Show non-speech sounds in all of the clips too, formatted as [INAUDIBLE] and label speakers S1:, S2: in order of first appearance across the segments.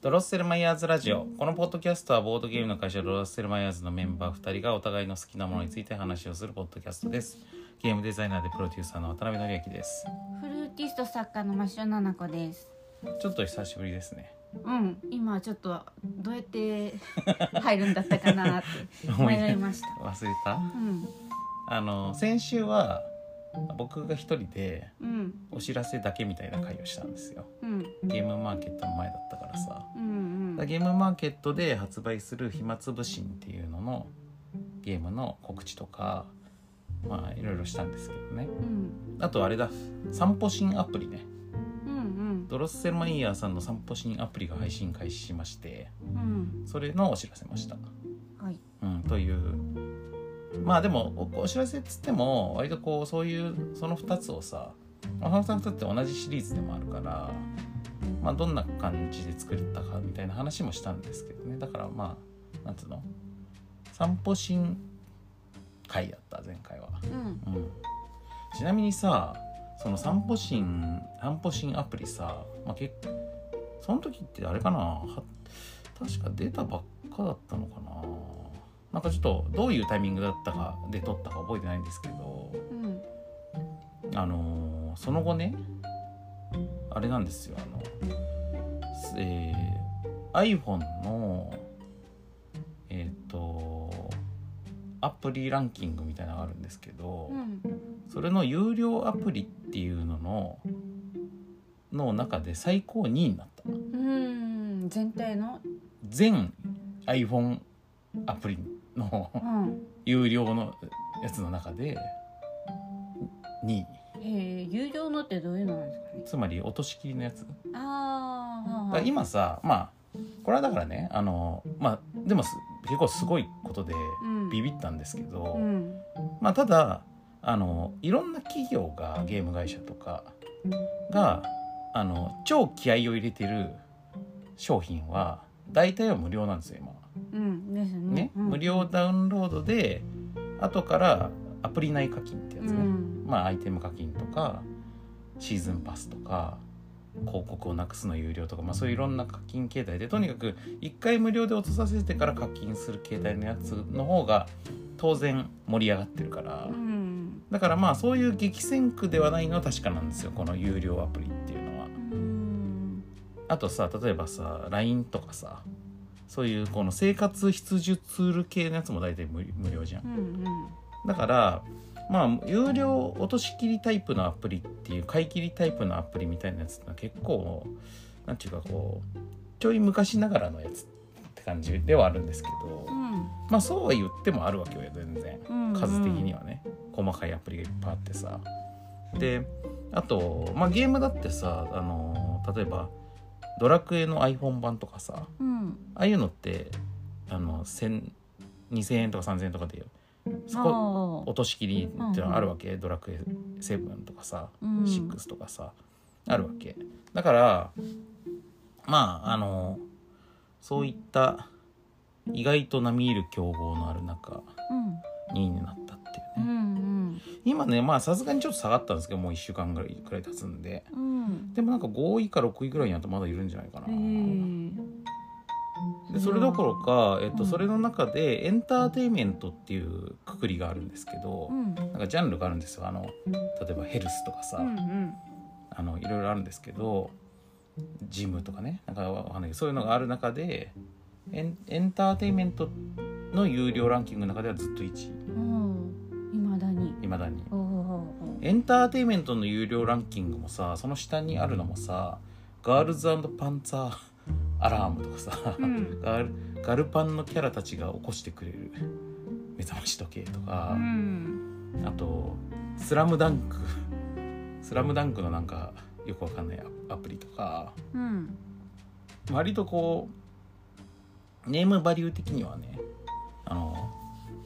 S1: ドロッセルマイヤーズラジオこのポッドキャストはボードゲームの会社ドロッセルマイヤーズのメンバー2人がお互いの好きなものについて話をするポッドキャストですゲームデザイナーでプロデューサーの渡辺則明です
S2: フルーティスト作家の真汐菜々子です。
S1: ちょっと久しぶりですね
S2: うん、今ちょっとどうやって入るんだったかなって
S1: 思い
S2: 迷いました。
S1: 忘れた
S2: うん、
S1: あの先週は僕が一人で
S2: うん、
S1: お知らせだけみたいな会をしたんですよ
S2: うん、
S1: ゲームマーケットの前だったからさ
S2: うん、うん。
S1: ゲームマーケットで発売する暇つぶしんっていうののゲームの告知とかまあいろいろしたんですけどね
S2: うん、
S1: あとあれだ散歩新アプリね
S2: うん、
S1: ドロッセルマイヤーさんの散歩新アプリが配信開始しまして
S2: うん、うん、
S1: それのお知らせました、
S2: はい。
S1: うん、というまあでもおお知らせっつっても割とこうそういうその2つをさまあその2つって同じシリーズでもあるから、まあ、どんな感じで作ったかみたいな話もしたんですけどねだからまあなんつうの散歩新回だった前回は、
S2: うん、
S1: うん、ちなみにさその散歩新散歩新アプリさ、まあ、結その時ってあれかなは確か出たばっかだったのかななんかちょっとどういうタイミングだったかで撮ったか覚えてないんですけど
S2: うん、
S1: あのーその後ねあれなんですよあの、すえー iPhone のえっ、とアプリランキングみたいなのがあるんですけど、
S2: うん、
S1: それの有料アプリっていうののの中で最高2位になった
S2: うん、全体の。
S1: 全 iPhone アプリの [LAUGHS]
S2: うん。
S1: 有料のやつの中で2位
S2: へえ、有料のってどういうのなんですかね。
S1: つまり落としきりのやつ
S2: ああ、はあ
S1: だ
S2: は
S1: か
S2: あ
S1: ら。今さまあこれはだからねあのまあでもす結構すごいことで
S2: うん、
S1: ビビったんですけど、
S2: うん、
S1: まあただあのいろんな企業がゲーム会社とかがあの超気合を入れてる商品は大体は無料なんですよ今。
S2: うん、ですね。
S1: ね、
S2: うん
S1: 無。料ダウンロードで後からアプリ内課金ってや
S2: う
S1: つね、
S2: ん、
S1: まあアイテム課金とかシーズンパスとか広告をなくすの有料とか、まあ、そういういろんな課金形態でとにかく一回無料で落とさせてから課金する形態のやつの方が当然盛り上がってるから。
S2: うん、
S1: だからまあそういう激戦区ではないのは確かなんですよこの有料アプリっていうのは
S2: うん、
S1: あとさ例えばさ LINE とかさそういうこの生活必需ツール系のやつも大体無無料じゃ
S2: うんん、
S1: だからまあ有料落とし切りタイプのアプリっていう買い切りタイプのアプリみたいなやつってのは結構なんていうかこうちょい昔ながらのやつって感じではあるんですけど
S2: うん、
S1: まあそうは言ってもあるわけよ全然
S2: うん、
S1: 数的にはね細かいアプリがいっぱいあってさであと、まあ、ゲームだってさあの例えば「ドラクエ」の iPhone 版とかさ
S2: うん、
S1: ああいうのってあの1000 2000円とか3000円とかでそこ
S2: こ
S1: 落としきりってのはあるわけ、ドラクエ7とかさ、
S2: うん
S1: 6とかさあるわけだからまああのそういった意外と並みいる競合のある中
S2: うん
S1: 2位になったっていう
S2: う
S1: ね、
S2: ん
S1: 今ねまあさすがにちょっと下がったんですけどもう1週間ぐらいくらい経つんで
S2: うん
S1: でもなんか5位か6位ぐらいになるとまだいるんじゃないかな、
S2: うん
S1: でそれどころか、えっと
S2: うん
S1: それの中でエンターテインメントっていうくくりがあるんですけど、
S2: うん
S1: なんかジャンルがあるんですよあの例えばヘルスとかさ、
S2: うん
S1: あのいろいろあるんですけどジムとかねなんかわかんないけどそういうのがある中でエンエンターテインメントの有料ランキングの中ではずっと1
S2: う
S1: 位
S2: んいまだに
S1: いまだに。
S2: おお
S1: エンターテインメントの有料ランキングもさその下にあるのもさガールズパンツァーアラームとかさ、
S2: うん
S1: ガルガルパンのキャラたちが起こしてくれる目覚まし時計と
S2: う
S1: か、
S2: ん
S1: あと「スラムダンクスラムダンクのなんかよくわかんないアアプリとか
S2: うん
S1: 割とこうネームバリュー的にはねあの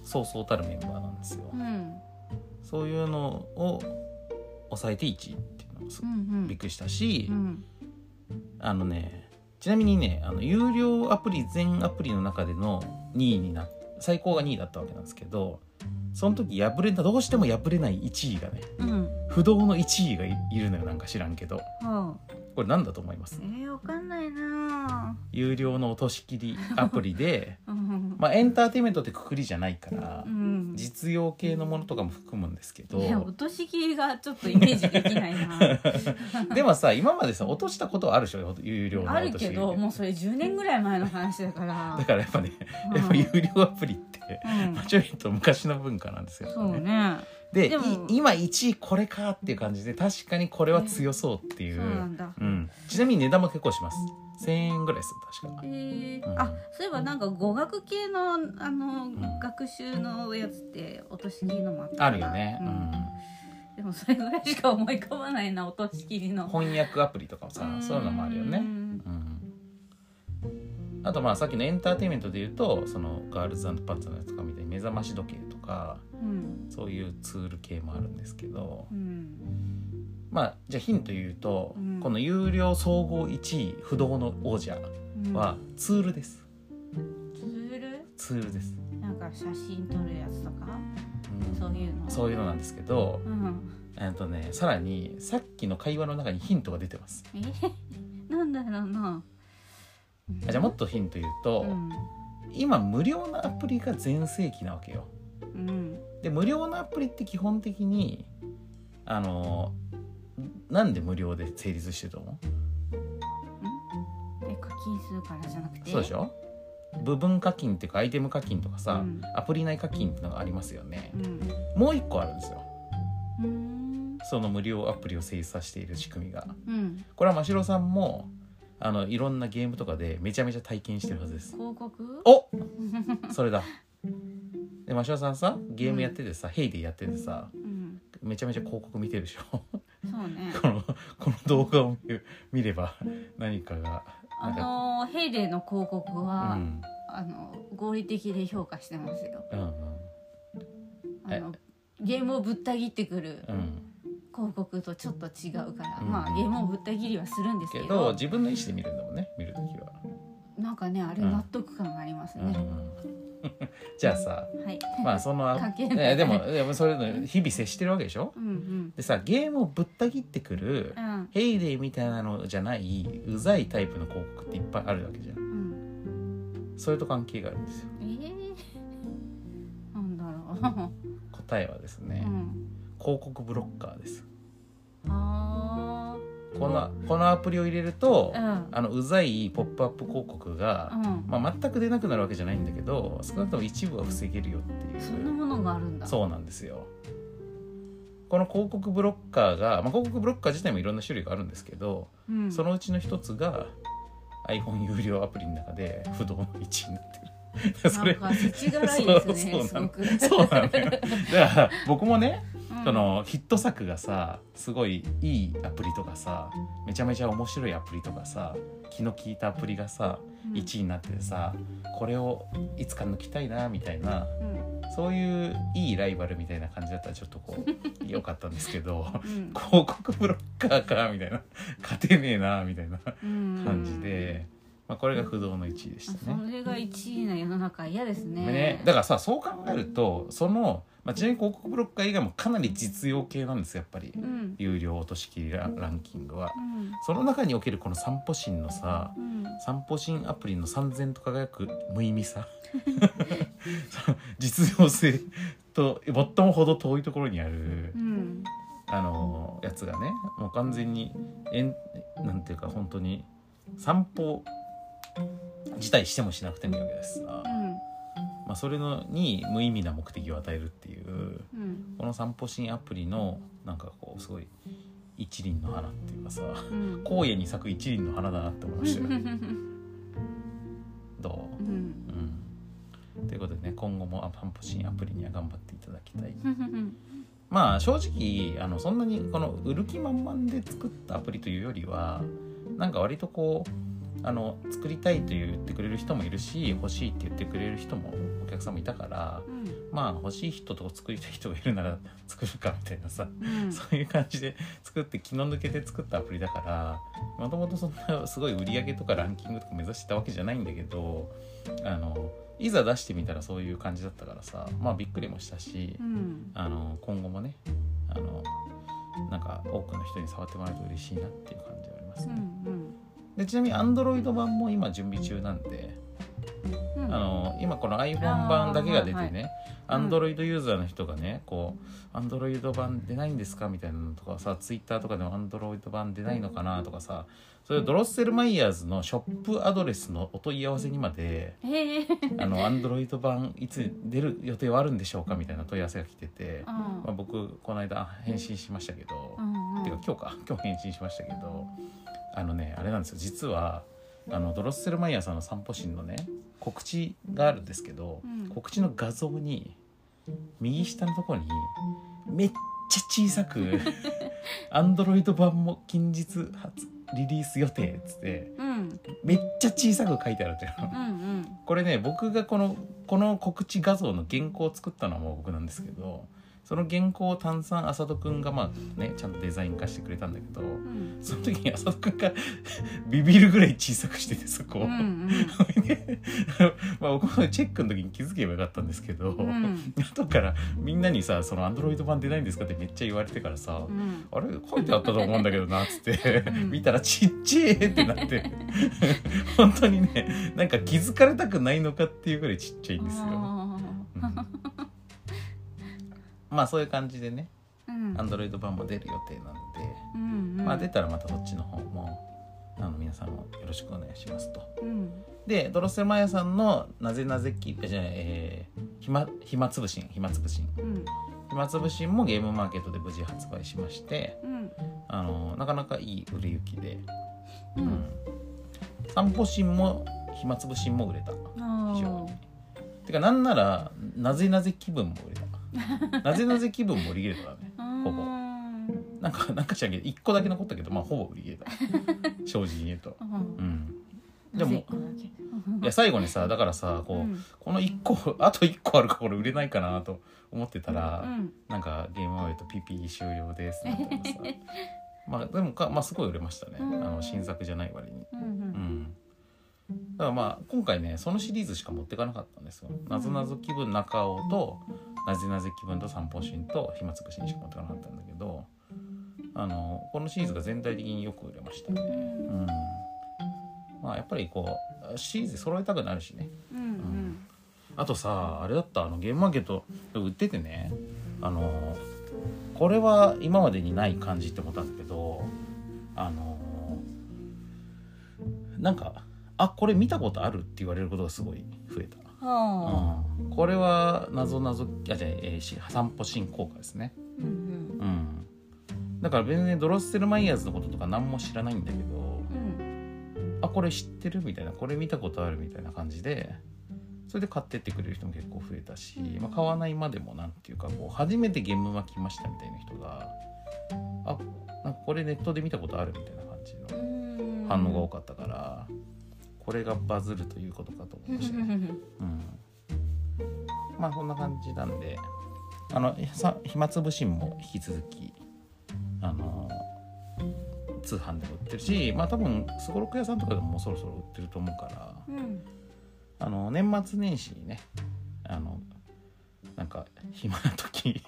S1: そうそうたるメンバーなんですよ、
S2: うん
S1: そういうのを抑えて1位っていうのがす
S2: うん
S1: びっくりしたし、
S2: うん
S1: あのねちなみにねあの有料アプリ全アプリの中での2位になっ最高が2位だったわけなんですけどその時破れたどうしても破れない1位がね
S2: うん
S1: 不動の1位がいいるのよなんか知らんけど
S2: は
S1: これ何だと思います
S3: えー、わかんないな
S1: 有料の落とし切りアプリ
S3: [LAUGHS]
S1: で
S3: ぁうん
S1: まあエンターテインメントってくくりじゃないから
S3: うん
S1: 実用系のものとかも含むんですけど
S3: ね落とし切りがちょっとイメージできないな
S1: [LAUGHS] でもさ今までさ落としたことはあるでしょ有料の
S3: あ
S1: 落
S3: る
S1: とし
S3: け
S1: 切り
S3: どもうそれ10年ぐらい前の話だから
S1: だからやっぱね
S3: うん
S1: やっぱ有料アプリって
S3: うん
S1: まあちょいと昔の文化なんですよ、
S3: そうね
S1: で
S3: でも
S1: い今1位これかっていう感じで確かにこれは強そうっていう、
S3: そうなんだ
S1: うんちなみに値段も結構します1000円ぐらいです確か
S3: えー
S1: うん
S3: あそういえばなんか語学系のあの、
S1: ん
S3: 学習のやつって落とし切りのもあったから
S1: あるよね、うん
S3: でもそれぐらいしか思い浮かばないな落とし切りの
S1: 翻訳アプリとかもさ
S3: うん
S1: そういうのもあるよね、うん、あとまあさっきのエンターテインメントで言うとそのガールズパッツァのやつとかみたいに目覚まし時計とか
S3: うん
S1: そういうツール系もあるんですけど
S3: うん
S1: まあじゃあヒント言うと、
S3: うん
S1: この有料総合1位不動の王者
S3: うん
S1: はツールです
S3: ツール
S1: ツールです、
S3: なんか写真撮るやつとか
S1: うん
S3: そういうの
S1: そうういうのなんですけど、
S3: ん
S1: えっとね、さらにさっきの会話の中にヒントが出てます
S3: え [LAUGHS] なんだろうな
S1: あじゃあもっとヒント言うと、
S3: うん
S1: 今無料のアプリが全盛期なわけよ
S3: うん
S1: で無料のアプリって基本的にあのなんで無料で成立してると思
S3: え課金するからじゃなく
S1: う
S3: て
S1: そうでしょ部分課金っていうかアイテム課金とかさ、
S3: うん
S1: アプリ内課金ってのがありますよね
S3: うん
S1: もう一個あるんですよ
S3: うん
S1: その無料アプリを精査している仕組みが
S3: うん
S1: これは真ろさんもあのいろんなゲームとかでめちゃめちゃ体験してるはずです
S3: 広告
S1: おそれだで真ろさんさゲームやっててさ、ヘイデイやっててさ
S3: うん
S1: めちゃめちゃ広告見てるでしょ [LAUGHS]
S3: そうね
S1: このこの動画を見る見れば何かが
S3: あ
S1: なんか
S3: のヘイレイの広告は、
S1: うん
S3: あの合理的で評価してますよ
S1: うん
S3: あのゲームをぶった切ってくる
S1: うんうん
S3: 広告とちょっと違うから、
S1: うん
S3: まあゲームをぶった切りはするんですけ
S1: け
S3: ど
S1: ど自分の意思で見るんだもんね見るときは、
S3: なんかねあれ
S1: うん
S3: 納得感があります
S1: うんう
S3: ね、
S1: ん、 [LAUGHS] じゃあさ
S3: はい
S1: まあその
S3: 関係ない
S1: えでもでもそれの日々接してるわけでしょ
S3: うんうん
S1: でさゲームをぶった切ってくる
S3: うん
S1: ヘイデイみたいなのじゃないうざいタイプの広告っていっぱいあるわけじゃん
S3: うん
S1: それと関係があるんですよ
S3: えー、なんだろ
S1: 答えはです
S3: う、
S1: ね、
S3: うん、
S1: 広告ブロッカーです
S3: あ
S1: このこのアプリを入れると、
S3: ー
S1: あのうざいポップアップ広告が、
S3: うんうん
S1: まあ、全く出なくなるわけじゃないんだけど少なくとも一部は防げるよっていう
S3: そんなものがあるんだ
S1: そうなんですよこの広告ブロッカーが、まあ、広告ブロッカー自体もいろんな種類があるんですけど、
S3: う、ん、
S1: そのうちの一つが iPhone 有料アプリの中で不動の1位になってるそ
S3: なん
S1: れ
S3: か世知辛いですね
S1: [LAUGHS] そう
S3: す
S1: そうな
S3: ご
S1: の
S3: く
S1: そうなのよだから僕もね
S3: うん
S1: そのヒット作がさすごいいいアプリとかさめちゃめちゃ面白いアプリとかさ気の利いたアプリがさ
S3: うん
S1: 1位になってさこれをいつか抜きたいなみたいな
S3: うん
S1: そういういいライバルみたいな感じだったらちょっとこ
S3: [LAUGHS]
S1: う良かったんですけど
S3: うん
S1: 広告ブロッカーかみたいな勝てねえなみたいな
S3: うん
S1: 感じで、まあ、これが不動の1位でし
S3: あ
S1: たね。
S3: それが1位な世の中嫌ですね
S1: ね、だからさそう考えるとその、まあ、ちなみに広告ブロッカー以外もかなり実用系なんですやっぱり。
S3: うん
S1: 有料落とし切りラランキングは
S3: うん
S1: その中におけるこの散歩心のさ
S3: うん
S1: 散歩心アプリの三千と輝く無意味さ [LAUGHS] その実用性と最もほど遠いところにある
S3: うん
S1: あのやつがねもう完全にえんなんていうか本当に散歩自体してもしなくてもいいわけですが、まあ、それのに無意味な目的を与えるっていう
S3: うんうん
S1: この散歩心アプリのなんかこうすごい一輪の花っていうかさ
S3: うん
S1: 荒野に咲く一輪の花だなって思いましたよど
S3: う
S1: うんうんということでね今後もあ散歩心アプリには頑張っていただきたい
S3: うん
S1: まあ正直あのそんなにこの売る気満々で作ったアプリというよりはなんか割とこうあの作りたいと言ってくれる人もいるし欲しいって言ってくれる人もお客さんもいたからまあ欲しい人と作りたい人がいるなら [LAUGHS] 作るかみたいなさ
S3: うん
S1: そういう感じで作って気の抜けて作ったアプリだからもともとそんなすごい売り上げとかランキングとか目指してたわけじゃないんだけどあのいざ出してみたらそういう感じだったからさまあびっくりもしたし
S3: うん
S1: あの今後もねあのなんか多くの人に触ってもらえると嬉しいなっていう感じはあります。です
S2: う
S1: ね、
S2: ん
S1: でちなみに Android 版も今準備中なんで、
S2: うんうん
S1: あの今この iPhone 版だけが出てね、
S2: あーはい
S1: Android ユーザーの人がねこう Android 版出ないんですかみたいなのとかさ Twitter とかでも Android 版出ないのかなとかさそれをドロッセルマイヤーズのショップアドレスのお問い合わせにまで
S2: へえ
S1: あの Android 版いつ出る予定はあるんでしょうかみたいな問い合わせが来てて、
S2: う
S1: ま
S2: ん
S1: あ、僕この間返信しましたけど、
S2: うんうん
S1: てか今日か今日返信しましたけどあのねあれなんですよ実はあのドロッセルマイヤーさんの散歩神のね告知があるんですけど、
S2: うん
S1: 告知の画像に右下のところにめっちゃ小さ
S2: [LAUGHS]
S1: く「アンドロイド版も近日発リリース予定」っつって
S2: うん
S1: めっちゃ小さく書いてあるんだよ。
S2: うん
S1: これね僕がこのこの告知画像の原稿を作ったのはもう僕なんですけどその原稿を炭酸浅戸くんがまあねちゃんとデザイン化してくれたんだけど
S2: うんうん
S1: その時に浅戸くんが [LAUGHS] ビビるぐらい小さくしててそこを、
S2: うんうん
S1: [LAUGHS] まあ僕もチェックの時に気づけばよかったんですけど、
S2: うん
S1: 後からみんなにさ「そのアンドロイド版出ないんですか?」ってめっちゃ言われてからさ、
S2: うん
S1: あれ書いてあったと思うんだけどなっつって、
S2: うん
S1: 見たらちっちゃえってなって
S2: [LAUGHS]
S1: 本当にねなんか気づかれたくないのかっていうぐらいちっちゃいんですよ、
S2: あ
S1: うんまあそういう感じでね
S2: ーうん
S1: Android 版も出る予定なんで、
S2: うんうん
S1: まあ出たらまたそっちの方もあの皆さんもよろしくお願いしますと
S2: うん
S1: でドロッセルマヤさんの「なぜなぜき」じゃあえー暇暇つぶしん暇つぶしん
S2: うん
S1: 暇つぶしんもゲームマーケットで無事発売しまして
S2: うん
S1: あのなかなかいい売れ行きで、
S2: う
S1: うんん、散歩心も暇つぶしんも売れた
S2: あ
S1: 非常
S2: ー
S1: にてかなんならなぜなぜ気分も売れ
S2: [LAUGHS]
S1: たなぜなぜ気分も売り切れたからねほぼ
S2: うん
S1: なんかなんか知らんけど1個だけ残ったけどまあほぼ売り切れた正直に言うと
S2: うん
S1: うんでも
S2: なぜこんだけ
S1: いや最後にさだからさこう、
S2: うん
S1: この1個あと1個あるからこれ売れないかなと思ってたら、
S2: うん
S1: なんかゲームアウェイと PP 終了ですなん
S2: [LAUGHS]
S1: てさまあでもか、まあ、すごい売れましたね、
S2: うん
S1: あの新作じゃない割に
S2: うん
S1: うんだからまあ今回ねそのシリーズしか持っていかなかったんですよ「なぞなぞ気分中尾」と「なぜなぜ気分」と「散歩心」と「暇つぶし」にしか持っていかなかったんだけどあのこのシリーズが全体的によく売れました
S2: う
S1: ねうんんまあやっぱりこうシリーズ揃えたくなるしね
S2: うんうん
S1: あとさあれだったあのゲームマーケットで売っててねあのこれは今までにない感じって思ったんだけどあのなんか「あこれ見たことある」って言われることがすごい増えた。
S2: はあ
S1: うんこれはなぞなぞあじゃあ、えーし散歩進行歌ですね。
S2: うんうん
S1: うん、だから別にドロッセルマイヤーズのこととか何も知らないんだけど
S2: うん
S1: あこれ知ってるみたいなこれ見たことあるみたいな感じでそれで買ってってくれる人も結構増えたし、まあ、買わないまでもなんていうかこう初めてゲームは来ましたみたいな人があなんかこれネットで見たことあるみたいな感じの
S2: うん
S1: 反応が多かったから、これがバズるということかと思いましたね。うん、まあこんな感じなんであのさ暇つぶしんも引き続きあの通販でも売ってるしまあ多分すごろく屋さんとかでももうそろそろ売ってると思うから
S2: うん
S1: あの年末年始にねあのなんか暇な時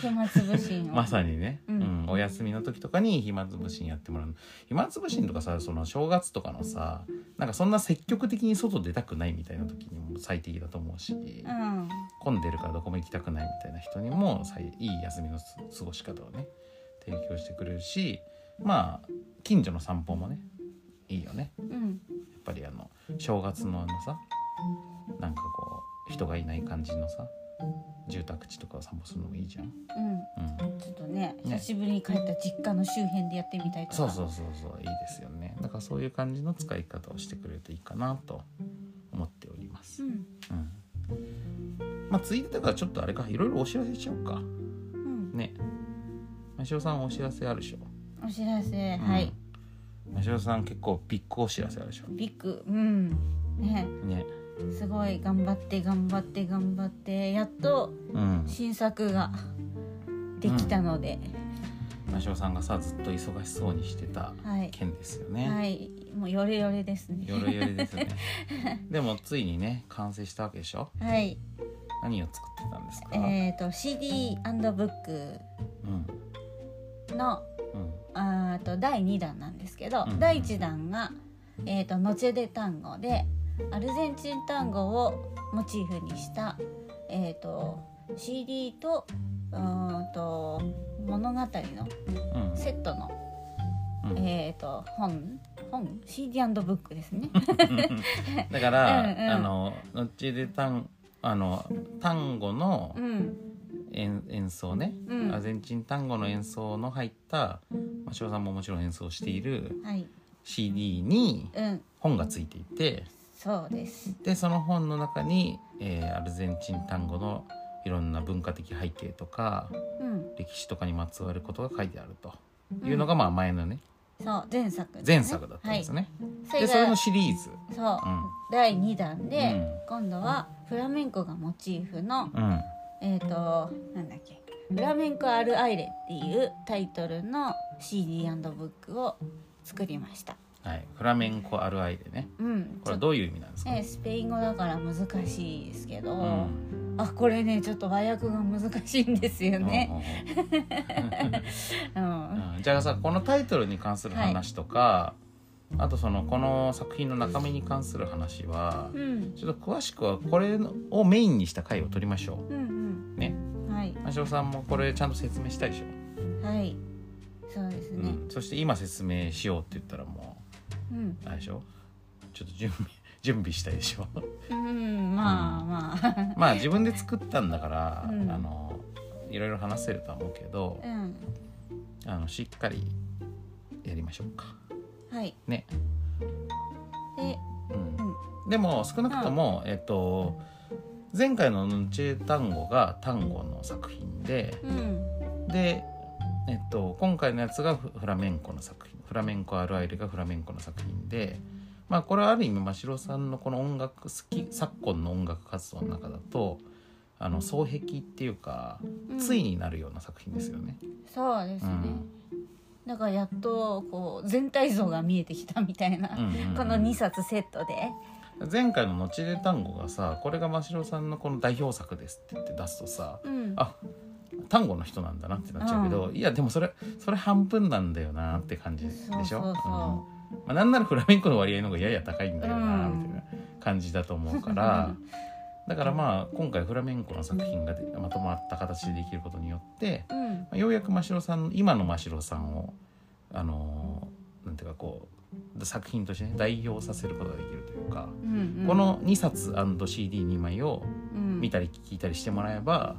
S2: 暇つぶしの
S1: まさにね、
S2: うん
S1: うんお休みの時とかに暇つぶしんやってもらう暇つぶしんとかさその正月とかのさなんかそんな積極的に外出たくないみたいな時にも最適だと思うし、
S2: うん
S1: 混んでるからどこも行きたくないみたいな人にもさいいい休みのす過ごし方をね提供してくれるしまあ近所の散歩もねいいよねや
S2: うん
S1: っぱりあの正月のあのさなんかこう人がいない感じのさ住宅地とかを散歩するのもいいじゃん、
S2: うん
S1: うん、
S2: ちょっとね
S1: ね
S2: 久しぶりに帰った実家の周辺でやってみたいとか
S1: そうそうそうそういいですよねだからそういう感じの使い方をしてくれるといいかなと思っております、
S2: うん
S1: うん、まあついでだからちょっとあれかいろいろお知らせしちゃおうか
S2: うん
S1: ねましおさんお知らせあるでしょ、
S2: お知らせ
S1: うん
S2: はい
S1: ましおさん結構ビッグお知らせあるでしょ
S2: ビッグうんね
S1: ね
S2: すごい頑張って頑張って頑張ってやっと
S1: うん
S2: 新作ができたので、
S1: ましおさんがさずっと忙しそうにしてた
S2: はい
S1: 件ですよね、
S2: はいもうよれよれですね
S1: よろよろですね
S3: [LAUGHS]
S1: でもついにね完成したわけでしょ
S2: はい
S1: 何を作ってたんですか、
S2: えー、と CD& ブック
S1: うん
S2: の
S1: うん
S2: あー
S3: あと第2弾なんですけど、
S1: うん
S3: 第1弾が、えーとノチェデ単語でアルゼンチン単語をモチーフにした、えー、と CD とうーんと物語の
S1: うん
S3: セットの、
S1: うん
S3: えー、と本本 CD& ブックで
S1: [LAUGHS]
S3: すね。
S1: だから、
S3: うんうん
S1: あの後で単あの単語の
S3: うん
S1: 演演奏ね、
S3: うん
S1: アルゼンチン単語の演奏の入ったまあ翔さんももちろん演奏している
S3: はい、
S1: CD に
S3: うん
S1: 本がついていて
S3: そうです。
S1: でその本の中に、えーアルゼンチン単語のいろんな文化的背景とか
S3: うん、
S1: 歴史とかにまつわることが書いてあるというのが、まあ前のね
S3: そう前作ですね、
S1: 前作だったんですね。
S3: はい、
S1: で
S3: そ
S1: そ
S3: れ
S1: れ
S3: が
S1: のシリーズ。
S3: そう、
S1: うん
S3: 第2弾で、
S1: うん
S3: 今度はフラメンコがモチーフの
S1: うん
S3: えっ、となんだっけ「フラメンコアルアイレ」っていうタイトルの CD& ブックを作りました。
S1: はい、フラメンコ RI でね
S3: うん、
S1: これは
S3: ちょ
S1: どういう意味なんですか、
S3: えースペイン語だから難しいですけど、
S1: うん
S3: あこれねちょっと和訳が難しいんですよね。
S1: うんうん
S3: う
S1: うん
S3: ん、
S1: うんじゃあさこのタイトルに関する話とか、あとそのこの作品の中身に関する話は
S3: うん、
S1: ちょっと詳しくはこれをメインにした回を取りましょ
S3: うん、うん、
S1: うね
S3: はい、
S1: 真汐さんもこれちゃんと説明したいでしょ、
S3: はい、そうです
S1: う
S3: ね。
S1: ん、そして今説明しようって言ったらも
S3: うん、
S1: うあれでしょちょっと準備 [LAUGHS] 準備したいでしょ [LAUGHS]
S3: うん、まあまあ、
S1: まあ自分で作ったんだから、
S3: うん
S1: あのいろいろ話せるとは思うけど
S3: う、ん、
S1: あのしっかりやりましょうか
S3: はい。
S1: ね
S3: で、
S1: うん、でも少なくとも、えっと前回の「ヌチェ単語」が単語の作品で
S3: うん、
S1: で、えっと、今回のやつがフフラメンコの作品フラメンコ RL がフラメンコの作品で、まあ、これはある意味真城さんのこの音楽好き昨今の音楽活動の中だとあの双璧っていうか
S3: うん
S1: 対になるような作品ですよね。
S3: そうです
S1: う
S3: ね。
S1: ん
S3: だからやっとこう全体像が見えてきたみたいな、
S1: うんうんうん
S3: この2冊セットで
S1: 前回の「後で単語」がさこれが真城さんのこの代表作ですって言って出すとさ
S3: うん
S1: あ単語の人なんだなってなっちゃうけど、いやでもそれそれ半分なんだよなって感じでしょ
S3: そうそうそ
S1: うんまあ、なんならフラメンコの割合の方がやや高いんだよな
S3: うん
S1: みたいな感じだと思う
S3: [LAUGHS]
S1: から、だからまあ今回フラメンコの作品がでまとまった形でできることによって、
S3: ううん
S1: まあようやく真城さん今の真城さんをあのーなんていうかこう作品としてね代表させることができるというか、
S3: うんうん
S1: この2冊 &CD2 枚を
S3: うん
S1: 見たり聞いたりしてもらえば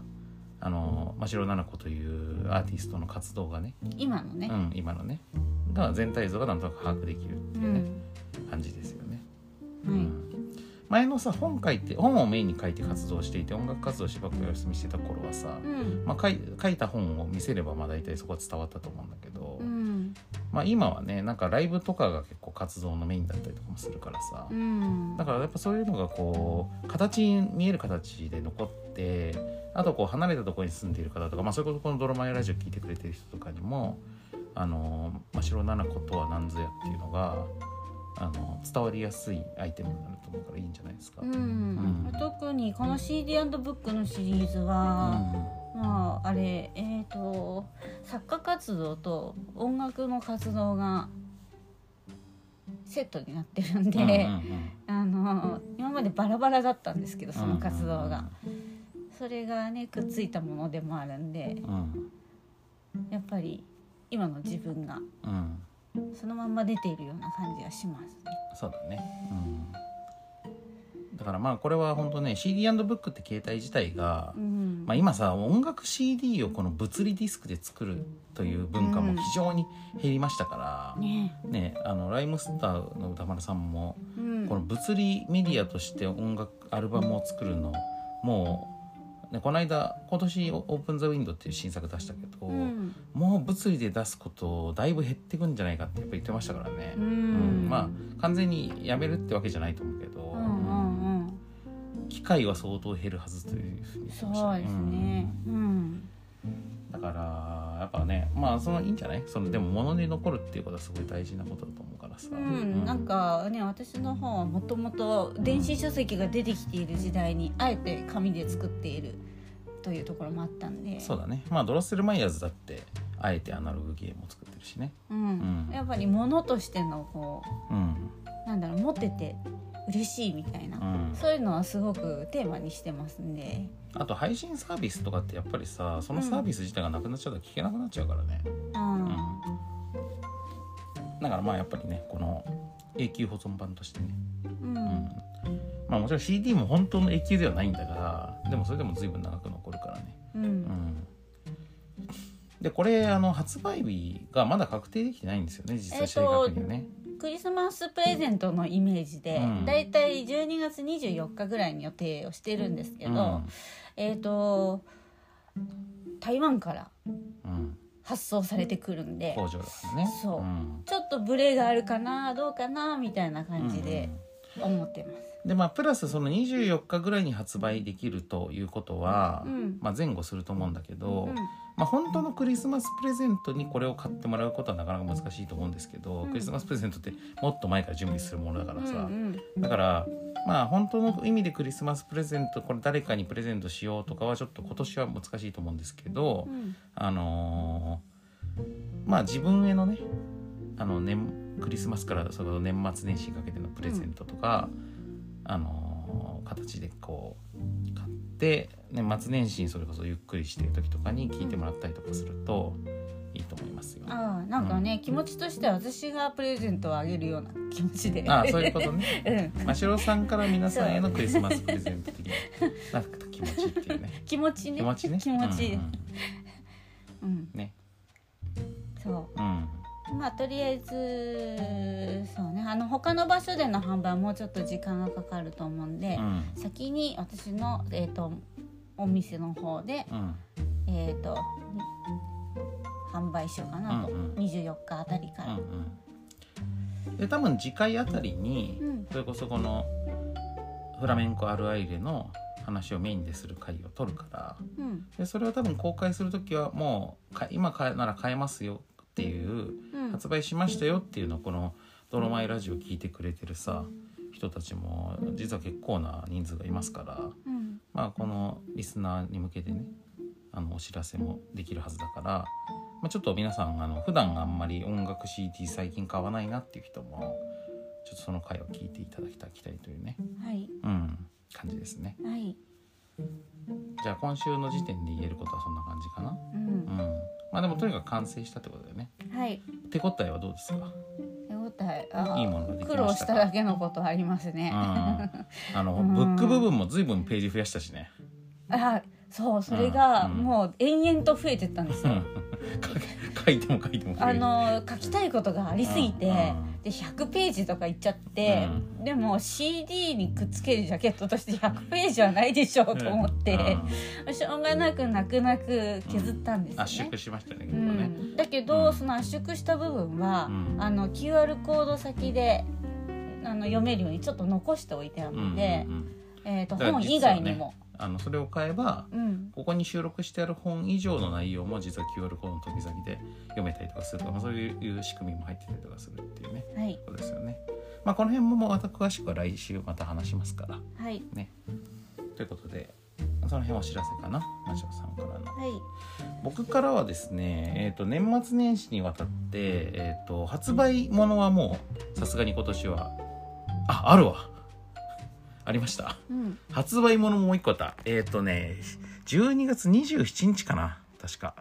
S1: あの真城奈々子というアーティストの活動がね、
S3: 今のね
S1: う、ん、今のねが全体像がなんとなく把握できるって
S3: う
S1: いうね、
S3: ん
S1: 感じですよね。
S3: は
S1: う
S3: い
S1: ん前のさ本書いて本をメインに書いて活動していて音楽活動をしばらくお休みしてた頃はさ、
S3: うん
S1: まあ、書い書いた本を見せればまあ大体そこは伝わったと思うんだけど、
S3: うん
S1: まあ、今はねなんかライブとかが結構活動のメインだったりとかもするからさ、
S3: うん
S1: だからやっぱそういうのがこう形に見える形で残ってあとこう離れたところに住んでいる方とか、まあ、それこそこの「ドラマやラジオ」聞いてくれてる人とかにも「あの真城奈々子とは何ぞや」っていうのがあの伝わりやすいアイテムになると思うからいいんじゃないですか。
S3: うん
S1: うん
S3: 特にこの CD& ブックのシリーズは、まああれえっ、と作家活動と音楽の活動がセットになってるんで、あの今までバラバラだったんですけどその活動が、それがねくっついたものでもあるんで
S1: うんうん
S3: やっぱり今の自分が
S1: うんうん
S3: そのまんま出ているような感じがしますね。
S1: そうだね、うん、だからまあこれは本当ね CD&ブックって携帯自体が
S3: うん
S1: まあ、今さ音楽 CD をこの物理ディスクで作るという文化も非常に減りましたから、
S3: ね
S1: ね、あのライムスターの歌丸さんも
S3: うん
S1: この物理メディアとして音楽アルバムを作るのもう、ね、この間今年「オープン・ザ・ウィンド」っていう新作出したけど、
S3: うん
S1: もう物理で出すことだいぶ減ってくんじゃないかってやっぱ言ってましたからね、
S3: うん
S1: うんまあ完全にやめるってわけじゃないと思うけど、
S3: うんうんうん
S1: 機械は相当減るはずというふうに言ってました
S3: そうですね。うん
S1: だからやっぱねまあそのいいんじゃないそのでも物に残るっていうことはすごい大事なことだと思うからさ、
S3: うんなんかね私の方はもともと電子書籍が出てきている時代にあえて紙で作っているというところもあったんで
S1: そうだねまあドロッセルマイヤーズだってあえてアナログゲームを作ってるしね
S3: うん
S1: うん
S3: やっぱり物としてのこ
S1: うん
S3: うなんだろう持ってて嬉しいみたいな、
S1: うん
S3: そういうのはすごくテーマにしてますんで
S1: あと配信サービスとかってやっぱりさそのサービス自体がなくなっちゃうと聞けなくなっちゃうからね
S3: あ
S1: うんだからまあやっぱりねこの永久保存版としてね
S3: ー
S1: う
S3: う
S1: ん
S3: ん
S1: まあもちろん CD も本当の永久ではないんだからでもそれでも随分長く残るからね
S3: うん、
S1: うんでこれあの発売日がまだ確定できてないんですよね実際正確にはね、
S3: クリスマスプレゼントのイメージで、
S1: うん
S3: だいたい12月24日ぐらいに予定をしてるんですけど、えっ、と台湾から
S1: うんうん、
S3: 発送されてくるんで
S1: 工場だからね
S3: そうんちょっとブレがあるかなどうかなみたいな感じで思ってます。
S1: でまあプラスその24日ぐらいに発売できるということは、
S3: うん
S1: まあ、前後すると思うんだけど、
S3: うん
S1: まあ、本当のクリスマスプレゼントにこれを買ってもらうことはなかなか難しいと思うんですけど、
S3: うん
S1: クリスマスプレゼントってもっと前から準備するものだからさ、
S3: うん
S1: だからまあ本当の意味でクリスマスプレゼントこれ誰かにプレゼントしようとかはちょっと今年は難しいと思うんですけど、
S3: うん
S1: あのーまあ自分へのねあの年クリスマスからその年末年始にかけてのプレゼントとか、あのー形でこう買って年末年始にそれこそゆっくりしてる時とかに聞いてもらったりとかするといいと思いますよ。あ
S3: ああなんかね、気持ちとしては私がプレゼントをあげるような気持ちで
S1: あそういうことね。
S3: [LAUGHS] うん、
S1: ましろさんから皆さんへのクリスマスプレゼント的ななんか気持ちっていうね。
S3: 気持ちね
S1: 気持ちね。
S3: 気持ちいい
S1: うん
S3: うん
S1: うん、ね。
S3: そ
S1: うん。
S3: うまあとりあえずそうねあの他の場所での販売はもうちょっと時間がかかると思うんで
S1: う、ん。
S3: 先に私の、えー、とお店の方で、
S1: うん。
S3: えー、と販売しようかな
S1: う
S3: と、
S1: んうん
S3: 24日あたりから。
S1: うんうん、で多分次回あたりに、
S3: うん
S1: それこそこのフラメンコアルアイレの話をメインでする回を取るから
S3: うん
S1: でそれを多分公開する時はもうか今買えなら買えますよっていう
S3: うん
S1: 発売しましたよっていうのをこの「ドロマイラジオ」聞いてくれてるさ人たちも実は結構な人数がいますから、
S3: うん
S1: まあ、このリスナーに向けてねあのお知らせもできるはずだから、まあ、ちょっと皆さんあの普段あんまり音楽 CD 最近買わないなっていう人もちょっとその回を聞いていただきたいというね、
S3: はい
S1: うん、感じですね
S3: はい、
S1: じゃあ今週の時点で言えることはそんな感じかな
S3: うん
S1: うんまあでもとにかく完成したってことだよね
S3: はい
S1: 手応えはどうですか
S3: 手応えあー
S1: いいものができましたか
S3: 苦労しただけのことあります
S1: う
S3: ね
S1: ん、あの
S3: うん
S1: ブック部分も随分ページ増やしたしね
S3: あそうそれが
S1: うん
S3: もう延々と増えてったんです
S1: う
S3: よ、
S1: ん書いても書いても増え
S3: あ
S1: る
S3: の書きたいことがありすぎて、
S1: うん
S3: で100ページとかいっちゃって、
S1: う
S3: でも CD にくっつけるジャケットとして100ページはないでしょうと思って、しょうがなく泣く泣く削ったんですよね。
S1: 圧縮しましたね、ここ
S3: う
S1: ね。
S3: ん、だけど、
S1: うん
S3: その圧縮した部分は、
S1: うん
S3: あの QR コード先であの読めるようにちょっと残しておいてある
S1: うんうんう
S3: の
S1: ん
S3: で、えー、と
S1: だから
S3: 本以外にも、
S1: あのそれを買えば
S3: うん、
S1: ここに収録してある本以上の内容も実は QR コードの時々で読めたりとかするとか、まあ、そういう仕組みも入ってたりとかするっていうね
S3: はい
S1: ことですよね。まあ、この辺ももうまた詳しくは来週また話しますから
S3: はい
S1: ね。ということでその辺はお知らせかなマシオさんからの。
S3: はい
S1: 僕からはですね、えー、と年末年始にわたって、えー、と発売ものはもうさすがに今年はああるわ [LAUGHS] ありました。
S3: うん
S1: 発売ものもう一個あったえっ、とね12月27日かな確か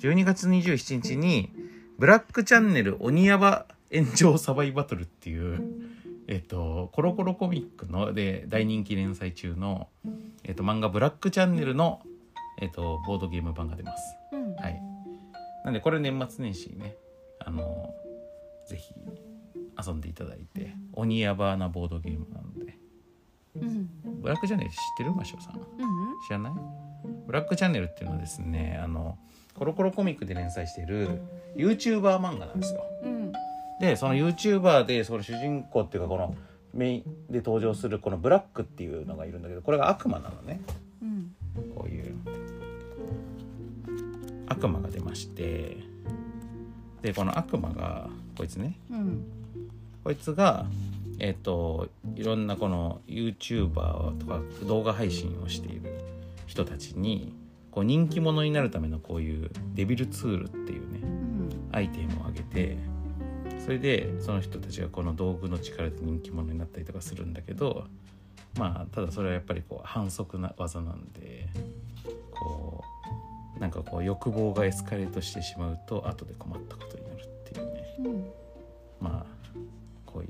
S1: 12月27日に「ブラックチャンネル鬼ヤバ炎上サバイバトル」っていうえっ、とコロコロコミックので大人気連載中の、えっと漫画「ブラックチャンネルの」えっとボードゲーム版が出ます
S3: うん
S1: はいなんでこれ年末年始にねあのぜひ遊んでいただいて鬼ヤバなボードゲームなので
S3: うん
S1: ブラックチャンネル知ってるマシオさん
S3: うん
S1: 知らないブラックチャンネルっていうのはですねあのコロコロコミックで連載している YouTuber 漫画なんですよ
S3: うん
S1: でその YouTuber でその主人公っていうかこのメインで登場するこのブラックっていうのがいるんだけどこれが悪魔なのね
S3: うん
S1: こういう悪魔が出ましてでこの悪魔がこいつね
S3: うん
S1: こいつがえっ、といろんなこの YouTuber とか動画配信をしている人たちにこう人気者になるためのこういうデビルツールっていうね
S2: うん
S1: アイテムをあげてそれでその人たちがこの道具の力で人気者になったりとかするんだけどまあただそれはやっぱりこう反則な技なんでこうなんかこう欲望がエスカレートしてしまうと後で困ったことになるっていうね
S2: うん
S1: まあこういう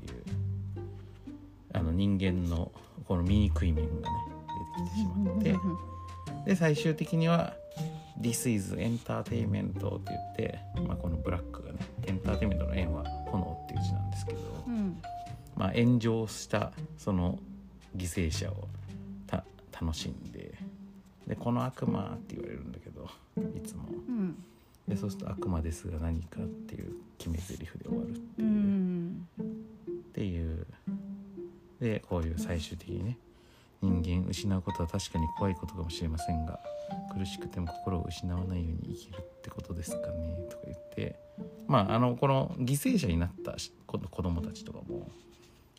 S1: あの人間のこの醜い面がね出てきてしまって。で最終的には「This is Entertainment」って言って、まあ、このブラックがねエンターテインメントの円は炎っていう字なんですけど、
S3: うん
S1: まあ、炎上したその犠牲者をた楽しんででこの悪魔って言われるんだけどいつも
S2: うん
S1: でそうすると悪魔ですが何かっていう決め台詞で終わる
S3: うんうん
S1: っていうでこういう最終的にね人間失うことは確かに怖いことかもしれませんが苦しくても心を失わないように生きるってことですかねとか言ってまああのこの犠牲者になったしこの子供たちとかも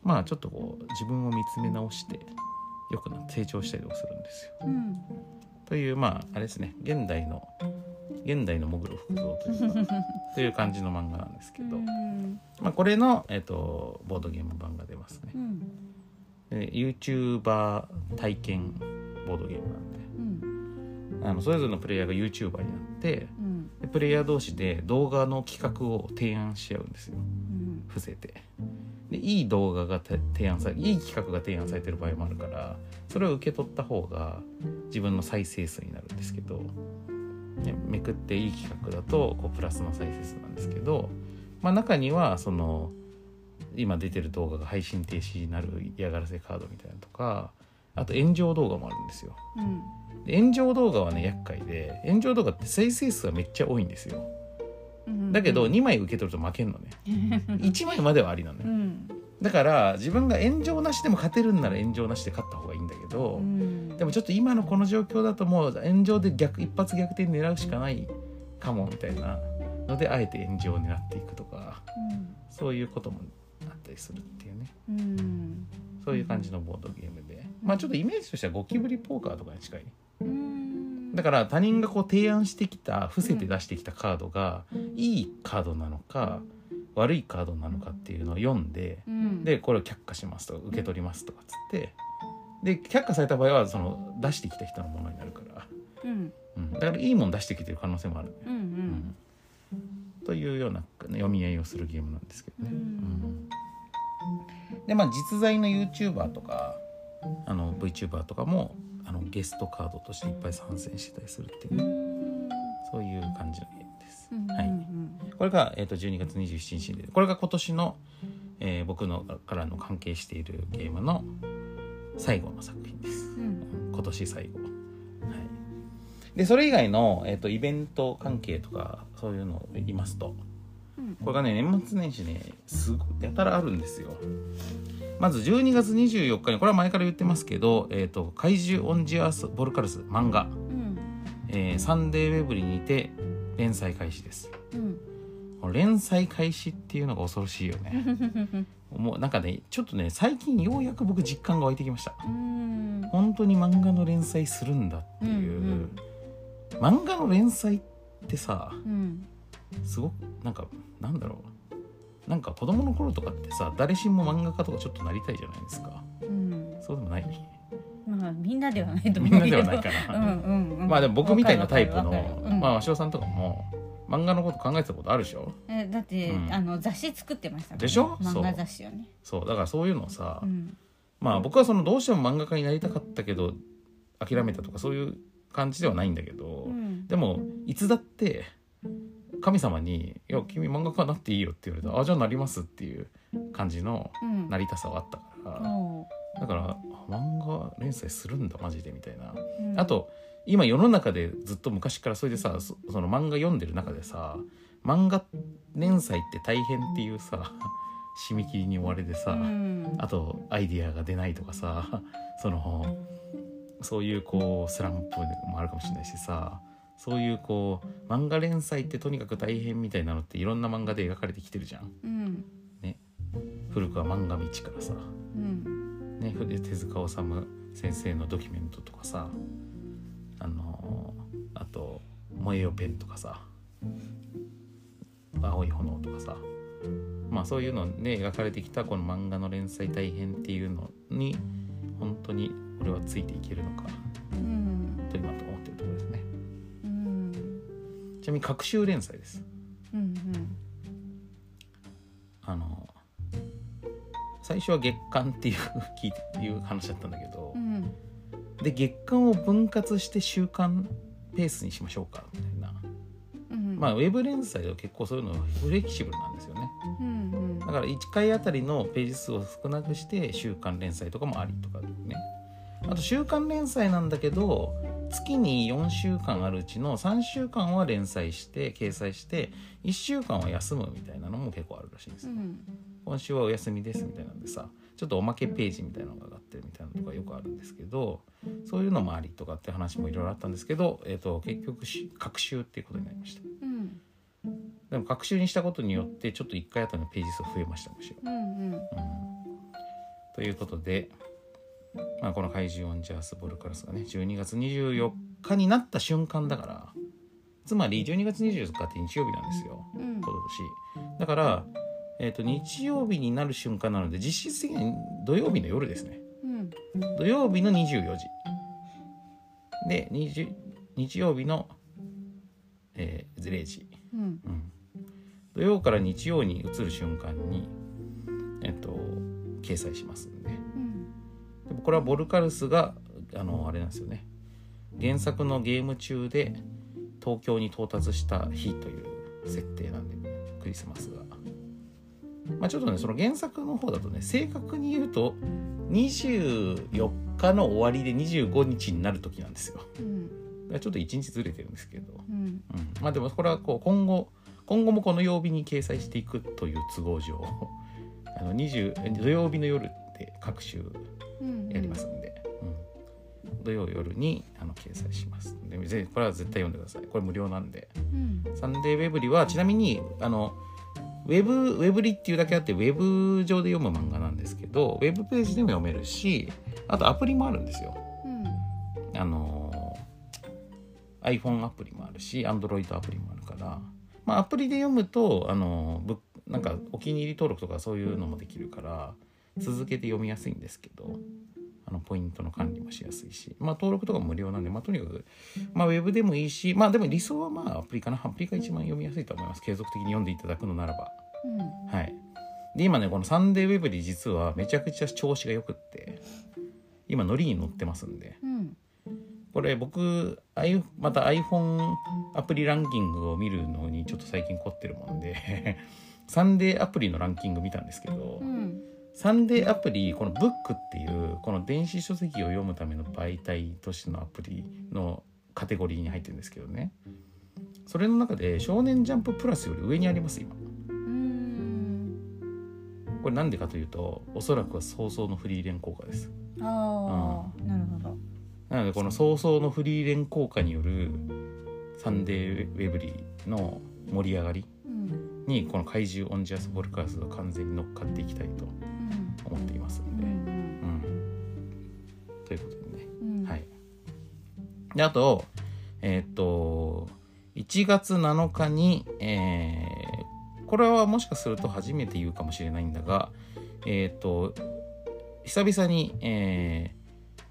S1: まあちょっとこう自分を見つめ直してよくな成長したりとかするんですよ。
S3: うん
S1: というまああれですね現代の現代のモグロ福造というかという感じの漫画なんですけど、
S3: うん
S1: まあ、これの、えっとボードゲーム版が出ますね
S3: う。ん
S1: で YouTuber 体験ボードゲームなんで
S3: うん
S1: あのそれぞれのプレイヤーが YouTuber になって
S3: うん
S1: でプレイヤー同士で動画の企画を提案し合うんですよ
S3: うん
S1: 伏せてでいい動画がて提案されいい企画が提案されてる場合もあるからそれを受け取った方が自分の再生数になるんですけど、ね、めくっていい企画だとこうプラスの再生数なんですけど、まあ、中にはその今出てる動画が配信停止になる嫌がらせカードみたいなのとかあと炎上動画もあるんですよ。
S3: うん
S1: で炎上動画はね厄介で炎上動画って再生数はめっちゃ多いんですよ。
S3: うん
S1: だけど
S3: うん
S1: 2枚受け取ると負けんのね。1枚ま
S3: [LAUGHS]
S1: ではありなのよ。
S3: うん
S1: だから自分が炎上なしでも勝てるんなら炎上なしで勝った方がいいんだけど、
S3: うん
S1: でもちょっと今のこの状況だともう炎上で逆一発逆転狙うしかないかもみたいなのであえて炎上になっていくとかそういうこともあったりするっていうね
S3: うんうん
S1: そういう感じのボードゲームで、まあちょっとイメージとしてはゴキブリポーカーとかに近い
S3: うん
S1: だから他人がこう提案してきた伏せて出してきたカードがいいカードなのか悪いカードなのかっていうのを読んで
S3: うん
S1: でこれを却下しますとか受け取りますとかっつってで却下された場合はその出してきた人のものになるから、
S3: うん
S1: うん、だからいいもん出してきてる可能性もある、
S3: う
S1: うんん、というような読み合いをするゲームなんですけどね。
S3: うん
S1: うんでまあ実在の YouTuber とかあの VTuber とかもあのゲストカードとしていっぱい参戦してたりするっていう
S3: う
S1: ね、
S3: ん
S1: そういう感じのゲームです。
S3: うん
S1: はい
S3: うん
S1: これが、えー、と12月27日でこれが今年の、えー僕のからの関係しているゲームの最後の作品です
S3: うん
S1: 今年最後はいでそれ以外の、えー、とイベント関係とかそういうので言いますと
S3: うん
S1: これがね年末年始ねすごいやたらあるんですよまず12月24日にこれは前から言ってますけど「えー、と怪獣オンジアース・ボルカルス」漫画、
S3: うん
S1: えーサンデーウェブリにて連載開始です
S3: うん
S1: この連載開始っていうのが恐ろしいよねもうなんかねちょっとね最近ようやく僕実感が湧いてきました
S3: うん
S1: 本当に漫画の連載するんだっていう、
S3: うん
S1: 漫画の連載ってさ
S3: うん
S1: すごくなんかなんだろうなんか子供の頃とかってさ誰しも漫画家とかちょっとなりたいじゃないですか
S3: うん
S1: そうでもない
S3: まあみんなではないと思
S1: み
S3: うんけど
S1: なではないか
S3: う
S1: な、
S3: ん [LAUGHS] うんうん
S1: まあでも僕みたいなタイプ
S3: わかるわ
S1: の、
S3: かるうん
S1: まあ鷲尾さんとかも漫画のこと考えてたことあるでしょ
S3: えだって、
S1: うん
S3: あの雑誌作ってましたもんね
S1: でしょ
S3: 漫画雑誌をね
S1: そうだからそういうのをさ、
S3: うん
S1: まあ僕はそのどうしても漫画家になりたかったけど諦めたとかそういう感じではないんだけど、
S3: うん
S1: でもいつだって神様に「いや君漫画家になっていいよ」って言われたら「あじゃあなります」っていう感じの
S3: うん
S1: なりたさはあったから、
S3: そ
S1: だからあ漫画連載するんだマジでみたいな、
S3: ううん
S1: あと今世の中でずっと昔からそれでさそその漫画読んでる中でさ漫画連載って大変っていうさ締め切りに追われてさ、
S3: うん
S1: あとアイディアが出ないとかさ [LAUGHS] そのそういうこうスランプもあるかもしれないしさそういうこう漫画連載ってとにかく大変みたいなのっていろんな漫画で描かれてきてるじゃん
S3: うん
S1: 古くは漫画道からさ、
S3: うん
S1: ね、ふ手塚治虫先生のドキュメントとかさあのあと「燃えよペン」とかさ「青い炎」とかさまあそういうので描かれてきたこの漫画の連載大変っていうのに本当に俺はついていけるのか
S3: うん
S1: と今と思ってるところですね
S3: うん
S1: ちなみに隔週連載です
S3: うんうん
S1: あの最初は月刊っていう [LAUGHS] 聞いていう話だったんだけど、
S3: うん
S1: で月間を分割して週間ペースにしましょうかみたいな、
S3: うん
S1: まあウェブ連載は結構そういうのはフレキシブルなんですよね
S3: うんうん
S1: だから1回あたりのページ数を少なくして週間連載とかもありとかねあと週間連載なんだけど月に4週間あるうちの3週間は連載して掲載して1週間は休むみたいなのも結構あるらしいんです
S3: う
S1: よ、
S3: ん
S1: 今週はお休みですみたいなんでさちょっとおまけページみたいなのが上がってるみたいなのとかよくあるんですけどそういうのもありとかって話もいろいろあったんですけど、えー、と結局し隔週っていうことになりました
S3: うん
S1: でも隔週にしたことによってちょっと1回あたりのページ数増えましたむしろ、
S3: うんうん
S1: うんということで、まあ、この怪獣オンジャースボルカラスがね12月24日になった瞬間だからつまり12月24日って日曜日なんですよ
S3: うん
S1: 今年だから、えー、と日曜日になる瞬間なので実質的に土曜日の夜ですね
S3: うん
S1: 土曜日の24時で20日曜日の、えー0時、
S3: うん
S1: うん土曜から日曜に移る瞬間にえっ、と掲載しますんで
S3: うん
S1: でもこれはボルカルスがあのあれなんですよね原作のゲーム中で東京に到達した日という設定なんでクリスマスが、まあ、ちょっとねその原作の方だとね正確に言うと24日の終わりで25日になる時なんですよだか
S3: うん
S1: らちょっと1日ずれてるんですけど、
S3: うん
S1: うん、まあでもこれはこう今後今後もこの曜日に掲載していくという都合上あの20土曜日の夜って各週
S3: うん
S1: やりますんで、うん土曜夜にあの掲載しますでぜこれは絶対読んでくださいこれ無料なんで
S3: うん
S1: サンデーウェブリはちなみにあのウェブウェブリっていうだけあってウェブ上で読む漫画なんですけどウェブページでも読めるしあとアプリもあるんですよ
S3: うん
S1: あの iPhone アプリもあるし Android アプリもあるから、まあ、アプリで読むとあのぶなんかお気に入り登録とかそういうのもできるから続けて読みやすいんですけどあのポイントの管理もしやすいし、まあ、登録とかも無料なんで、まあ、とにかく、まあ、ウェブでもいいし、まあ、でも理想はまあアプリかなアプリが一番読みやすいと思います継続的に読んでいただくのならば。
S3: うん
S1: はい。で、今ね、このサンデーウェブリー実はめちゃくちゃ調子が良くって、今、ノリに乗ってますんで、
S3: うん
S1: これ僕、アイまた iPhone アプリランキングを見るのにちょっと最近凝ってるもんで、 [LAUGHS] サンデーアプリのランキング見たんですけど、
S3: うん
S1: サンデーアプリ、このブックっていう、この電子書籍を読むための媒体としてのアプリのカテゴリーに入ってるんですけどね、それの中で少年ジャンププラスより上にあります、今。
S3: うん
S1: これなんでかというとおそらくは早々のフリーレン効果です
S3: ああなるほど
S1: なのでこの早々のフリーレン効果によるサンデーウェブリーの盛り上がり
S3: うん
S1: にこの怪獣オンジャースボルカースが完全に乗っかっていきたいと
S3: うん
S1: 思っていますん
S3: う
S1: で、
S3: ん
S1: うん、ということでね
S3: うん
S1: はいであとえーっと1月7日に、えーこれはもしかすると初めて言うかもしれないんだがえーっと久々に、え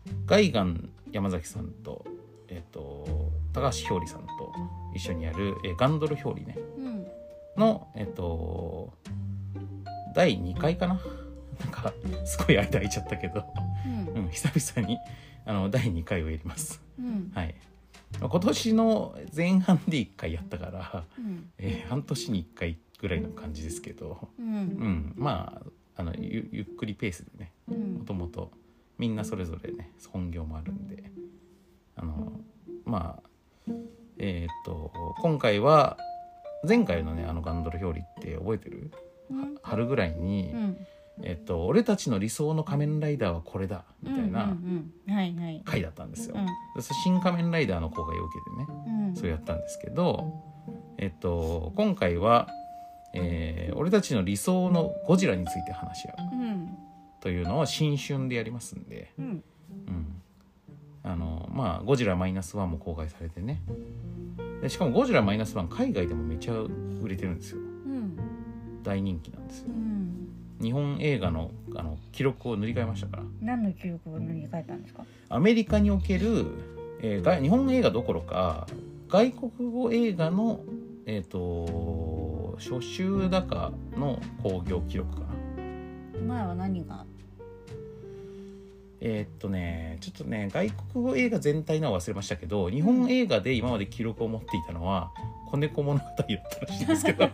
S1: ーガイガン山崎さんと,、えーっと高橋ひょうりさんと一緒にやる、えーガンドルひょうりね
S3: うん
S1: のえーっと第2回かな [LAUGHS] なんかすごい間空いちゃったけど、
S3: う
S1: う
S3: ん
S1: ん、久々にあの第2回をやります。
S3: うん
S1: はい、今年の前半で1回やったから、 [LAUGHS]
S3: うん
S1: えー半年に1回ぐらいの感じですけど、
S3: う
S1: うんん、まああのゆゆっくりペースでね
S3: うん
S1: もともとみんなそれぞれね本業もあるんであのまあえーっと今回は前回のねあのガンドル表裏って覚えてる
S3: うん
S1: 春ぐらいに、
S3: うん
S1: えーっと「俺たちの理想の仮面ライダーはこれだ」みたい
S3: うん
S1: な
S3: うんはいはい
S1: 回だったんですよ。
S3: うん
S1: でそれ新仮面ライダーの公開を受けてね
S3: うん
S1: そうやったんですけど、えっと、今回は、えー俺たちの理想のゴジラについて話し合う
S3: うん
S1: というのを新春でやりますんで、
S3: うん
S1: うんあのまあゴジラマイナスワンも公開されてねでしかもゴジラマイナスワン海外でもめちゃ売れてるんですよ
S3: うん
S1: 大人気なんです
S3: う
S1: よ
S3: ん
S1: 日本映画のあの記録を塗り替えましたから
S3: 何の記録を塗り替えたんですか
S1: アメリカにおける、えー外日本映画どころか外国語映画のえっ、と初週高の興行記録かな
S3: 前は何が
S1: えーっとねちょっとね外国語映画全体のは忘れましたけど日本映画で今まで記録を持っていたのは「子猫物語」だったらしいんですけ [LAUGHS] ど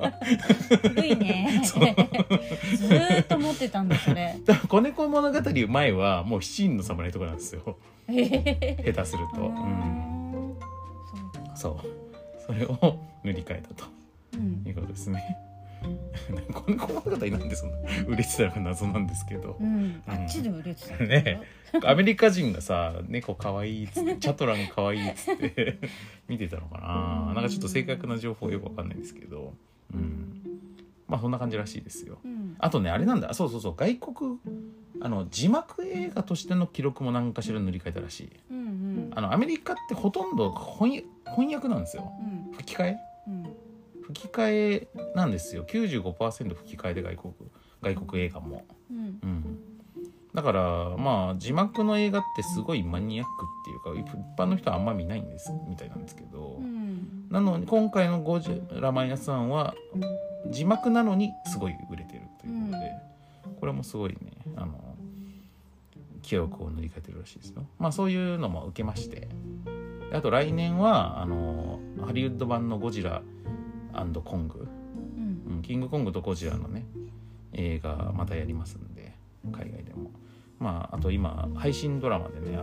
S3: 古いねず
S1: そう
S3: ーっと持ってたんだそれ
S1: 多分子猫物語前はもう七人の侍とかなんですよ
S3: へへ
S1: 下手すると、うん、
S3: そうか
S1: そうそれを塗り替えたと
S3: うん
S1: いうことですね [LAUGHS] 子猫物語なんでそんな売れてたのか謎なんですけど
S3: うん、あっちで売れてたんだよ
S1: ねアメリカ人がさ「猫かわいい」っ
S3: [LAUGHS]
S1: つって「チャトランかわいい」っつって見てたのかななんかちょっと正確な情報よくわかんないんですけど、うん、まあそんな感じらしいですよ
S3: うん
S1: あとねあれなんだそうそうそう外国あの字幕映画としての記録も何かしら塗り替えたらしい
S3: うんうん
S1: あのアメリカってほとんど翻訳翻訳なんですよ
S3: うん
S1: 吹き替え
S3: うん
S1: 吹き替えなんですよ95%吹き替えで外国外国映画も
S3: うん
S1: うん、だからまあ字幕の映画ってすごいマニアックっていうか一般の人はあんま見ないんですみたいなんですけど、
S3: うん
S1: なのに今回の「ゴジラマイナスワンは字幕なのにすごい売れてるということで、これもすごいねあの記憶を塗り替えてるらしいですよ。まあそういうのも受けましてであと来年はあのハリウッド版の「ゴジラコング」
S3: うん
S1: うん、キングコングとゴジラのね映画またやりますんで海外でもまああと今配信ドラマでね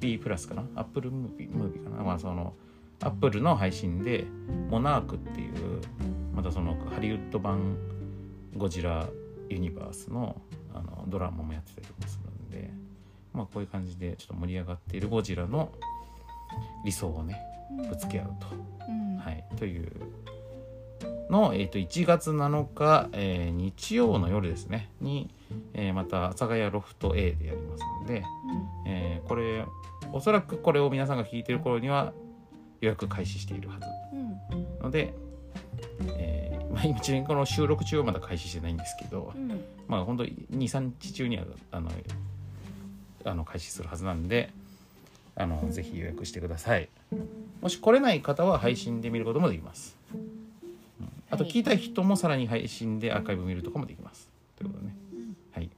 S1: AppleTV プラスかな Apple ムービームービーかなまあその Apple の配信で「モナーク」っていうまたそのハリウッド版ゴジラユニバースのあのドラマもやってたりとかするんでまあこういう感じでちょっと盛り上がっているゴジラの理想をねぶつけ合うと
S3: うん
S1: はい、というの、えー、と1月7日、えー日曜の夜ですねに、えーまた阿佐ヶ谷ロフト A でやりますので、えーこれおそらくこれを皆さんが聞いてる頃には予約開始しているはず
S3: うん
S1: ので、えーまあ、今ちなみにこの収録中はまだ開始してないんですけど、
S3: うんうん
S1: まあ本当23日中にはあのあの開始するはずなんであのぜひ予約してくださいもし来れない方は配信で見ることもできます、うんあと
S3: はい
S1: 聞いた人もさらに配信でアーカイブ見るとかもできますということでね、はい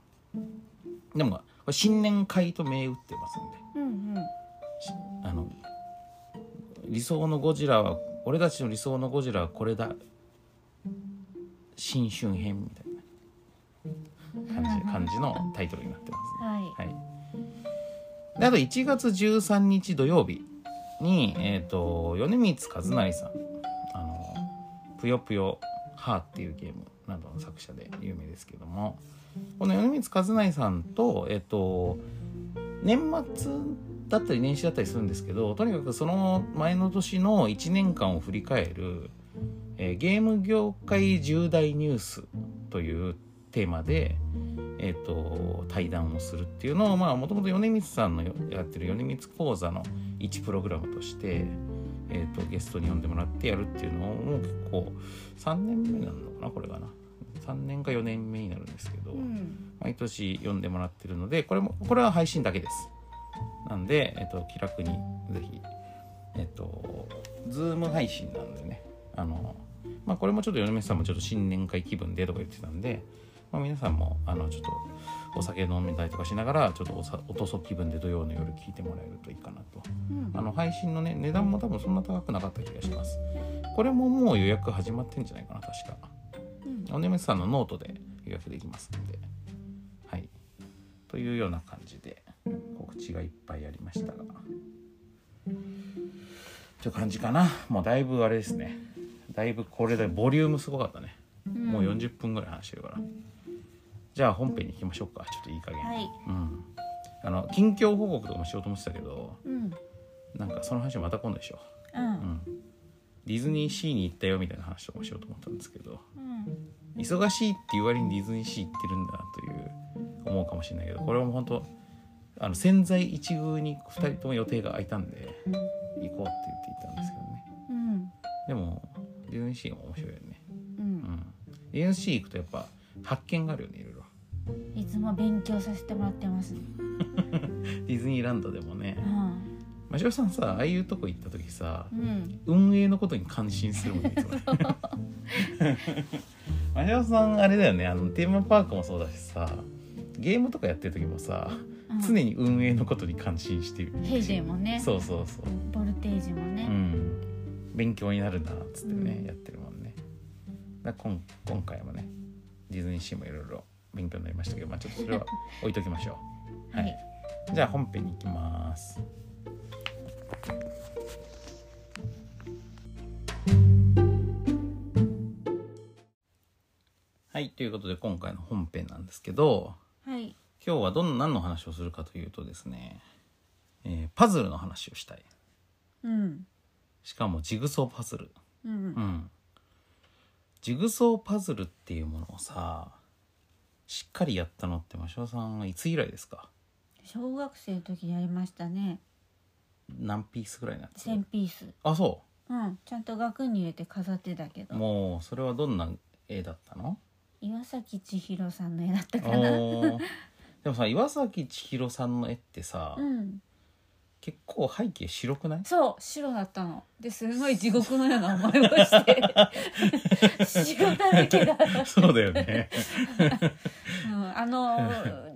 S1: でもこれ新年会と銘打ってますんで
S3: うんうん
S1: しあの理想のゴジラは俺たちの理想のゴジラはこれだ新春編みたいな感じ感じのタイトルになってますね。
S3: はい
S1: はい、であと1月13日土曜日に、えー、と米光和成さん「あのぷよぷよハー」っていうゲームなどの作者で有名ですけどもこの米光和成さんと,、えー、と年末だったり年始だったりするんですけどとにかくその前の年の1年間を振り返る、えーゲーム業界重大ニュースというテーマで、えー、と対談をするっていうのをもともと米光さんのよやってる米光講座の一プログラムとして、えー、とゲストに呼んでもらってやるっていうのをもう結構3年目なのかなこれがな3年か4年目になるんですけど。
S3: うん
S1: 毎年読んでもらってるのでこれもこれは配信だけですなんで、えっと、気楽にぜひえっとズーム配信なんでねあのまあこれもちょっと米光さんもちょっと新年会気分でとか言ってたんで、まあ、皆さんもあのちょっとお酒飲みたりとかしながらちょっとおさおとそ気分で土曜の夜聞いてもらえるといいかなと
S3: うん
S1: あの配信のね値段も多分そんな高くなかった気がしますこれももう予約始まってんじゃないかな確か
S3: うん
S1: おねめさんのノートで予約できますので。はい。というような感じで告知がいっぱいありましたが。という感じかな。もうだいぶあれですね。だいぶこれでボリュームすごかったね。もう40分ぐらい話してるから。じゃあ本編に行きましょうか。ちょっといい加減。
S3: はい
S1: うん。あの近況報告とかもしようと思ってたけど、
S3: うん
S1: なんかその話はまた今度でしょ。
S3: う
S1: うんん。ディズニーシーに行ったよみたいな話とかもしようと思ったんですけど。
S3: うん
S1: 忙しいっていう割にディズニーシー行ってるんだなという思うかもしれないけどこれも本当あの潜在一遇に2人とも予定が空いたんで行こうって言っていたんですけどね
S3: うん
S1: でもディズニーシーが面白いよね
S3: う、
S1: うんんディズニーシー行くとやっぱ発見があるよねいろいろ
S3: いつも勉強させてもらってますね、
S1: ディズニーランドでもね
S3: うん
S1: 真汐さんさああいうとこ行った時さ
S3: うん、
S1: 運営のことに感心するもんねいつも [LAUGHS] 真汐さんあれだよねあのテーマパークもそうだしさゲームとかやってる時もさ
S3: うん、
S1: 常に運営のことに感心してる
S3: ヘイジェイもね
S1: そうそうそう
S3: ボルテージも
S1: う
S3: ね、
S1: ん、勉強になるなっつってね、
S3: うん
S1: やってるもんねだから今今回もねディズニーシーもいろいろ勉強になりましたけど、まあ、ちょっとそれは置いときましょう [LAUGHS]
S3: は
S1: はいい、じゃあ本編に行きますはいということで今回の本編なんですけど
S3: はい
S1: 今日はどん何の話をするかというとですね、えーパズルの話をしたい
S3: うん
S1: しかもジグソーパズル
S3: う
S1: うんんジグソーパズルっていうものをさしっかりやったのって真汐さんはいつ以来ですか
S3: 小学生の時やりましたね
S1: 何ピースぐらいのやつ
S3: 1000ピース
S1: あそ
S3: うんちゃんと額に入れて飾ってたけ
S1: う
S3: ど
S1: もうそれはどんな絵だったの
S3: 岩崎千尋さんの絵だったかな
S1: おーでもさ岩崎千尋さんの絵ってさ、
S3: うん
S1: 結構背景白くない
S3: そう白だったのですごい地獄のような思いをして
S1: [LAUGHS]
S3: 白だらけだった、
S1: そうだよね
S3: うん、
S1: [LAUGHS]
S3: あの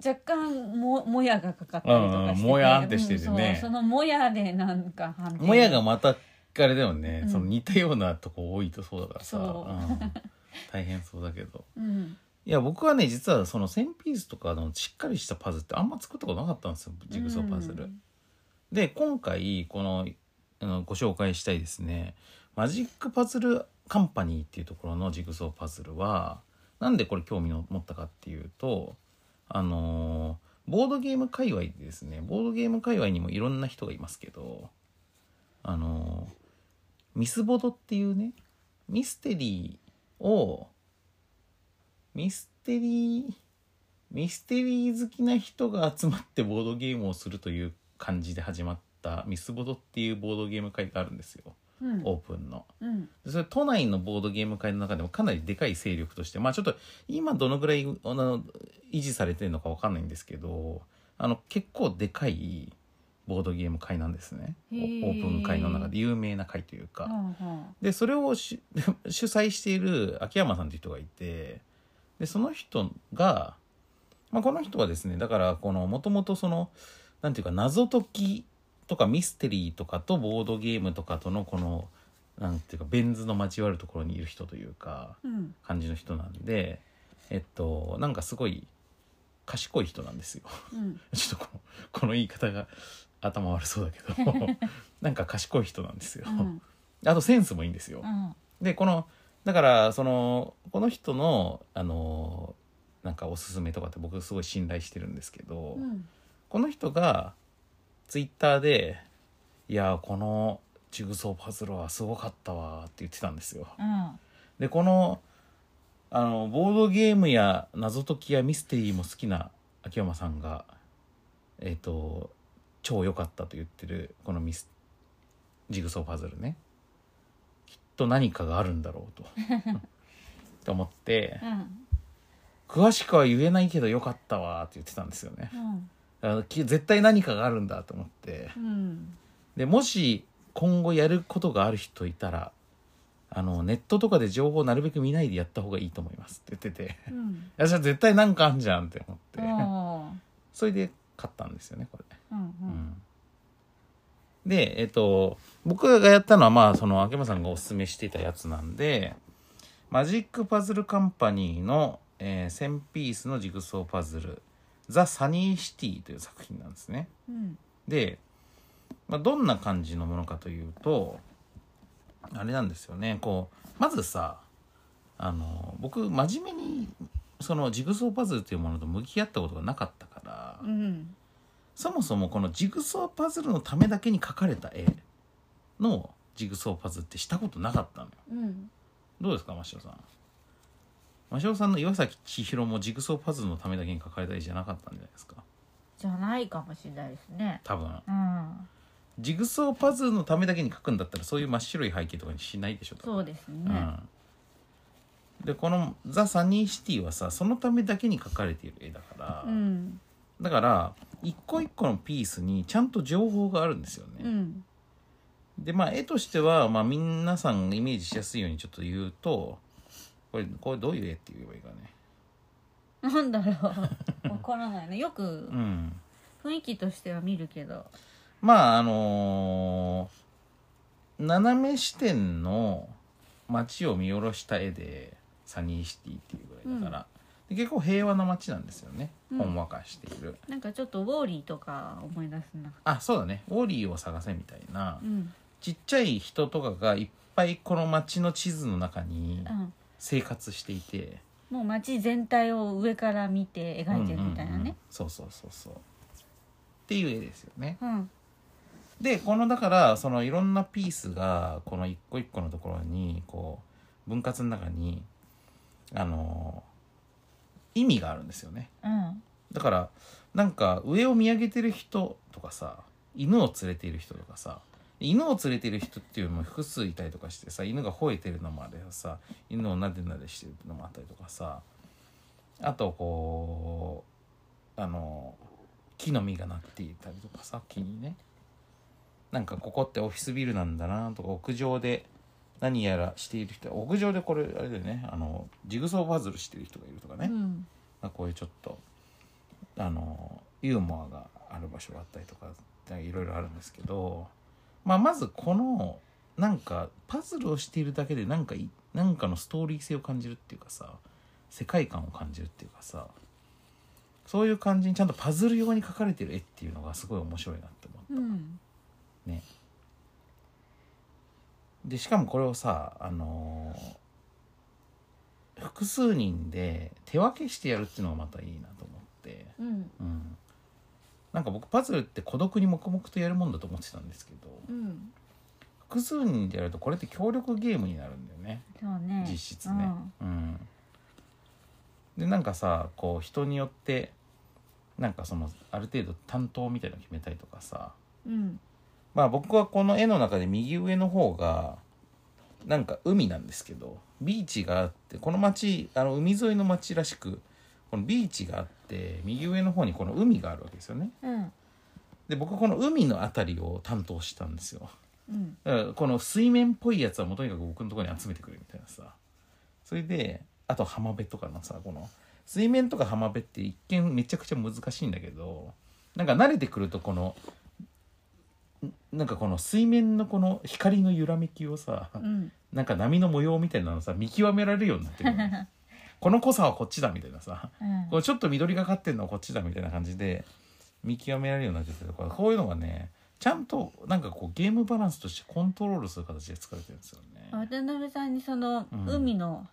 S3: 若干ももやがかかったりとかして
S1: うんうんもやーんってしててね
S3: うんそうそのもやでなんか判定
S1: もやがまたあれだよね、
S3: うん
S1: その似たようなとこ多いとそうだからさ、
S3: そうん
S1: 大変そうだけど
S3: うん
S1: いや僕はね実はその1000ピースとかのしっかりしたパズルってあんま作ったことなかったんですよジグソーパズル。で今回このあのご紹介したいですねマジックパズルカンパニーっていうところのジグソーパズルはなんでこれ興味を持ったかっていうとあのーボードゲーム界隈でですねボードゲーム界隈にもいろんな人がいますけどあのーミスボドっていうねミステリーをミステリーミステリー好きな人が集まってボードゲームをするという感じで始まったミスボドっていうボードゲーム会があるんですよ
S3: うん
S1: オープンの。
S3: うん
S1: でそれ都内のボードゲーム会の中でもかなりでかい勢力としてまあちょっと今どのぐらいあの維持されてるのかわかんないんですけどあの結構でかいボードゲーム会なんですねオ
S3: へー
S1: ープン会の中で有名な会というか。
S3: はあはあ
S1: でそれをし [LAUGHS] 主催している秋山さんという人がいてでその人が、まあ、この人はですねだからこのもともとそのなんていうか謎解きとかミステリーとかとボードゲームとかとのこのなんていうかベン図の交わるところにいる人というか
S3: うん
S1: 感じの人なんでえっとなんかすごい賢い人なんですよ。 [LAUGHS]
S3: うん
S1: ちょっとこのこの言い方が頭悪そうだけど [LAUGHS] なんか賢い人なんですよ。
S3: うん
S1: あとセンスもいいんですよ。
S3: うん
S1: でこのだからそのこの人のあのなんかおすすめとかって僕すごい信頼してるんですけど、
S3: うん
S1: この人がツイッターで「いやーこのジグソーパズルはすごかったわ」って言ってたんですよ。
S3: うん
S1: でこのあのボードゲームや謎解きやミステリーも好きな秋山さんがえっ、と超良かったと言ってるこのミスジグソーパズルねきっと何かがあるんだろうとと思って
S3: うん
S1: 詳しくは言えないけど良かったわって言ってたんですよね
S3: うん
S1: あのき絶対何かがあるんだと思って
S3: うん
S1: でもし今後やることがある人いたらあのネットとかで情報をなるべく見ないでやった方がいいと思いますって言ってて
S3: うん
S1: いやじゃあ絶対なんかあんじゃんって思って
S3: あ
S1: それで買ったんですよねこれ、
S3: ーうんう
S1: うんんでえっと僕がやったのはまあその秋山さんがおすすめしていたやつなんでマジックパズルカンパニーの、えー1000ピースのジグソーパズル「ザ・サニーシティ」という作品なんですね
S3: うん
S1: で、まあ、どんな感じのものかというとあれなんですよねこうまずさあの僕真面目にそのジグソーパズルというものと向き合ったことがなかったから、
S3: うん
S1: そもそもこのジグソーパズルのためだけに描かれた絵のジグソーパズルってしたことなかったのよ。
S3: うん
S1: どうですか真汐さん真汐さんの岩崎千尋もジグソーパズルのためだけに描かれた絵じゃなかったんじゃないですか
S3: じゃないかもしれないですね。
S1: 多分
S3: うん、
S1: ジグソーパズルのためだけに書くんだったらそういう真っ白い背景とかにしないでしょ多分
S3: そうですね。
S1: うん、でこの「ザ・サニーシティ」はさそのためだけに描かれている絵だから、
S3: うん、
S1: だから一個一個のピースにちゃんと情報があるんですよ
S3: う
S1: ね。
S3: ん、
S1: でまあ絵としては、まあ、皆さんイメージしやすいようにちょっと言うとこれこれどういう絵って言えばいいかね。
S3: なんだろう。わからないね。よく
S1: うん、
S3: 雰囲気としては見るけど。
S1: まああのー斜め視点の街を見下ろした絵で「サニーシティ」っていうぐらいだから、で結構平和な街なんですよね、
S3: うん
S1: ほんわかしている。
S3: なんかちょっとウォーリーとか思い出すな。
S1: あそうだねウォーリーを探せみたいな、
S3: うん、
S1: ちっちゃい人とかがいっぱいこの街の地図の中に
S3: うん、
S1: 生活していて、
S3: もう街全体を上から見て描いてるみたい
S1: うん
S3: な
S1: うんうん
S3: ね。
S1: そうそうそうそうっていう絵ですよね
S3: うん、
S1: でこのだからそのいろんなピースがこの一個一個のところにこう分割の中にあの意味があるんですよね
S3: うん、
S1: だからなんか上を見上げてる人とかさ犬を連れている人とかさ犬を連れている人っていうのも複数いたりとかしてさ犬が吠えてるのもあればさ犬をなでなでしてるのもあったりとかさあとこうあの木の実がなっていたりとかさ木にねなんかここってオフィスビルなんだなとか屋上で何やらしている人屋上でこれあれだよねあのジグソーパズルしてる人がいるとかね、
S3: うん、
S1: まあこういうちょっとあのユーモアがある場所があったりとかいろいろあるんですけど、まあ、まずこのなんかパズルをしているだけでなんかいなんかのストーリー性を感じるっていうかさ世界観を感じるっていうかさそういう感じにちゃんとパズル用に描かれてる絵っていうのがすごい面白いなって思
S3: うん、
S1: うね。でしかもこれをさあのー複数人で手分けしてやるっていうのがまたいいなと思って。
S3: うん、
S1: うん、なんか僕パズルって孤独に黙々とやるもんだと思ってたんですけど
S3: うん、
S1: 複数人でやるとこれって協力ゲームになるんだよね
S3: そうね。
S1: 実質ね。うん、でなんかさこう人によってなんかそのある程度担当みたいなの決めたりとかさ
S3: うん、
S1: まあ僕はこの絵の中で右上の方がなんか海なんですけどビーチがあってこの町あの海沿いの町らしくこのビーチがあって右上の方にこの海があるわけですよね。
S3: うん、
S1: で僕この海のあたりを担当したんですよ
S3: うん、
S1: だからこの水面っぽいやつはもうとにかく僕のところに集めてくれみたいなさそれであと浜辺とかのさこの水面とか浜辺って一見めちゃくちゃ難しいんだけどなんか慣れてくるとこのんなんかこの水面のこの光の揺らめきをさ
S3: うん、
S1: なんか波の模様みたいなのさ見極められるようになってくるのねこの濃さはこっちだみたいなさ
S3: うん
S1: こうちょっと緑がかってるのはこっちだみたいな感じで見極められるようになってたりとかこういうのがねちゃんとなんかこうゲームバランスとしてコントロールする形で作られてるんですよね。
S3: 渡辺さんにその
S1: うん
S3: 海の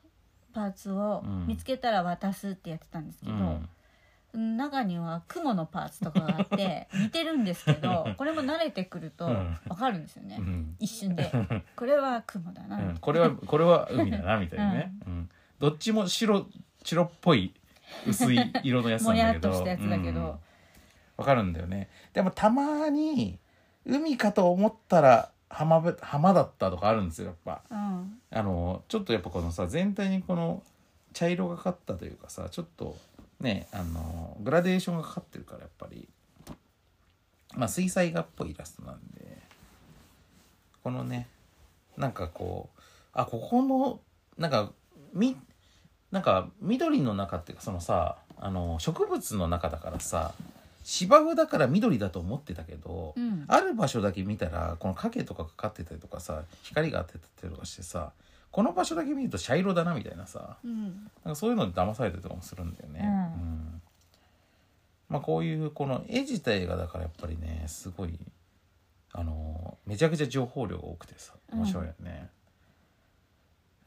S3: パーツを
S1: うん
S3: 見つけたら渡すってやってたんですけ
S1: う
S3: ど、
S1: ん、
S3: うん中には雲のパーツとかがあって
S1: [LAUGHS]
S3: 似てるんですけどこれも慣れてくると
S1: うん
S3: わかるんですよね、
S1: うん
S3: 一
S1: [LAUGHS]
S3: 瞬でこれは雲だな、
S1: うんこれはこれは海だなみたいなね、うんどっちも白白っぽい薄い色のやつなんだけど
S3: もやっとしたやつだけど
S1: うんわ、かるんだよねでもたまに海かと思ったら浜辺浜だったとかあるんですよやっぱ。
S3: うん
S1: あのちょっとやっぱこのさ全体にこの茶色がかったというかさちょっとねあのグラデーションがかかってるからやっぱりまあ水彩画っぽいイラストなんでこのねなんかこうあここのなんかみなんか緑の中っていうかそのさあの植物の中だからさ芝生だから緑だと思ってたけど、
S3: うん
S1: ある場所だけ見たらこの影とかかかってたりとかさ光が当てたりとかしてさこの場所だけ見ると茶色だなみたいなさ
S3: うん
S1: なんかそういうので騙されたりとかもするんだよね。
S3: うん
S1: んまあ、こういうこの絵自体がだからやっぱりねすごいあのめちゃくちゃ情報量が多くてさ面白いよね。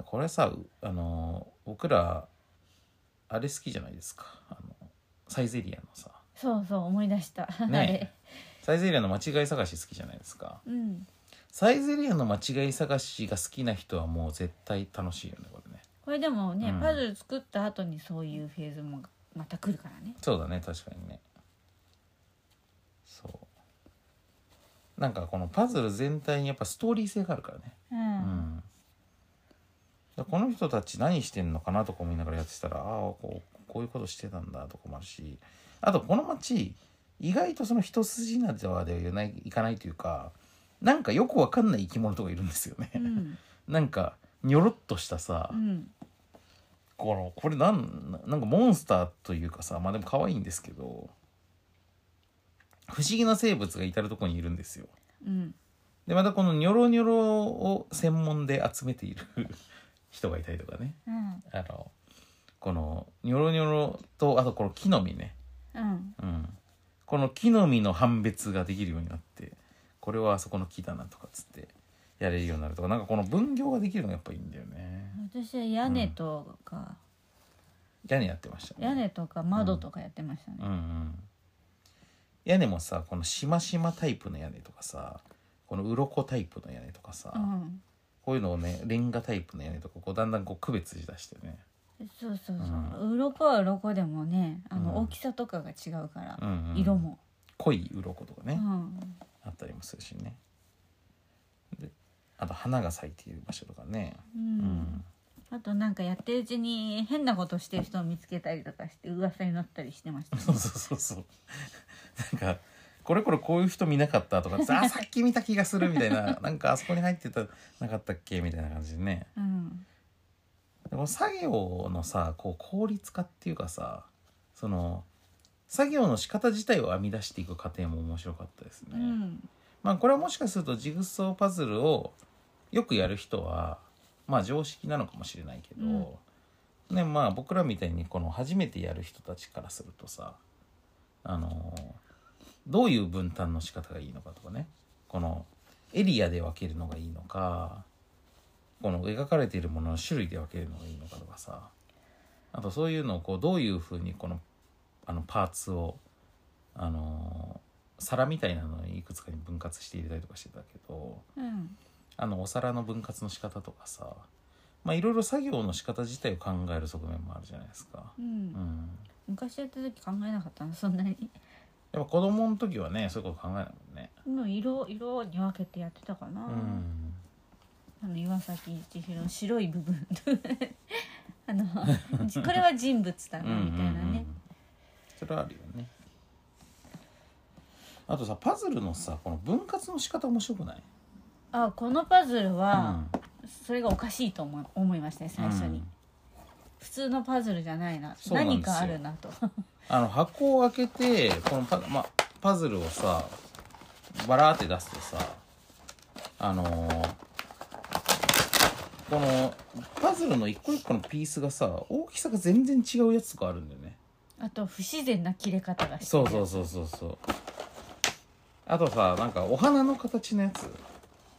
S1: これさうあの僕らあれ好きじゃないですかあのサイゼリアの
S3: [LAUGHS]
S1: さ
S3: そうそう思い出した、 [LAUGHS]
S1: ねサイゼリアの間違い探し好きじゃないですか。
S3: あれうん
S1: サイゼリアの間違い探しが好きな人はもう絶対楽しいよねこれね
S3: これでもね、
S1: うん
S3: パズル作った後にそういうフェーズもまた来るからね
S1: そうだね確かにねそうなんかこのパズル全体にやっぱストーリー性があるからね、
S3: う
S1: うん
S3: ん
S1: だからこの人たち何してんのかなとか見ながらやってたらああこうこういうことしてたんだとかもあるしあとこの町意外とその一筋縄ではいないいかないというかなんかよくわかんない生き物とかいるんですよね、
S3: うん
S1: なんかニョロっとしたさ、
S3: うん
S1: このこれなんなんかモンスターというかさまあでも可愛いんですけど不思議な生物が至るとこにいるんですよ
S3: うん
S1: でまたこのニョロニョロを専門で集めている [LAUGHS] 人がいたりとかね
S3: うん
S1: あのこのニョロニョロとあとこの木の実ね、
S3: うん
S1: うん、この木の実の判別ができるようになってこれはあそこの木だなとかっつってやれるようになるとかなんかこの分業ができるのがやっぱいいんだよね
S3: 私は屋根とか、
S1: 屋根やってましたね
S3: 屋根とか窓とかやってましたね、
S1: うんうん、屋根もさこのしましまタイプの屋根とかさこの鱗タイプの屋根とかさ、
S3: うん
S1: こういうのをねレンガタイプの屋根とかこうだんだんこう区別しだしてね、
S3: そうそうそうう、鱗は鱗でもねあ
S1: うん
S3: の大きさとかが違うから、
S1: うんうん
S3: 色も、
S1: 濃い鱗とか
S3: う
S1: ね、
S3: ん、
S1: あったりもするしねであと花が咲いている場所とかね、
S3: う
S1: うんん、 [LAUGHS]
S3: あとなんかやってるうちに変なことしてる人を見つけたりとかして噂になったりしてましたね
S1: そうそうそうそうなんかこれこれこういう人見なかったとかさあさっき見た気がするみたいななんかあそこに入ってたなかったっけみたいな感じでね
S3: うん
S1: でも作業のさこう効率化っていうかさその作業の仕方自体を編み出していく過程も面白かったですね。
S3: うん
S1: まあこれはもしかするとジグソーパズルをよくやる人はまあ常識なのかもしれないけど、ねまあ僕らみたいにこの初めてやる人たちからするとさあのどういう分担の仕方がいいのかとかねこのエリアで分けるのがいいのかこの描かれているものの種類で分けるのがいいのかとかさあとそういうのをこうどういうふうにこのあのパーツをあの皿みたいなのにいくつかに分割して入れたりとかしてたけど
S3: うん
S1: あのお皿の分割の仕方とかさまあいろいろ作業の仕方自体を考える側面もあるじゃないですか。
S3: う
S1: うんん、
S3: 昔やった時考えなかったの [LAUGHS] そんなに
S1: やっぱ子供の時はねそういうこと考えないもんね。
S3: もう色色に分けてやってたかな、
S1: うん
S3: あの岩崎一弘の白い部分 [LAUGHS]
S1: [LAUGHS]
S3: あのこれは人物だなみたいな
S1: うんうんう
S3: ね
S1: んそれはあるよねあとさパズルのさこの分割の仕方面白くない
S3: あこのパズル
S1: う
S3: は
S1: ん
S3: それがおかしいと思い思いましたね最初に、
S1: うん
S3: 普通のパズルじゃないな
S1: そうなんですよ
S3: 何かあるなと [LAUGHS]
S1: あの箱を開けてこのパ,、ま、パズルをさバラーって出すとさあのーこのパズルの一個一個のピースがさ大きさが全然違うやつとかあるんだよね
S3: あと不自然な切れ方がして
S1: そうそうそうそうそうあとさなんかお花の形のやつ
S3: う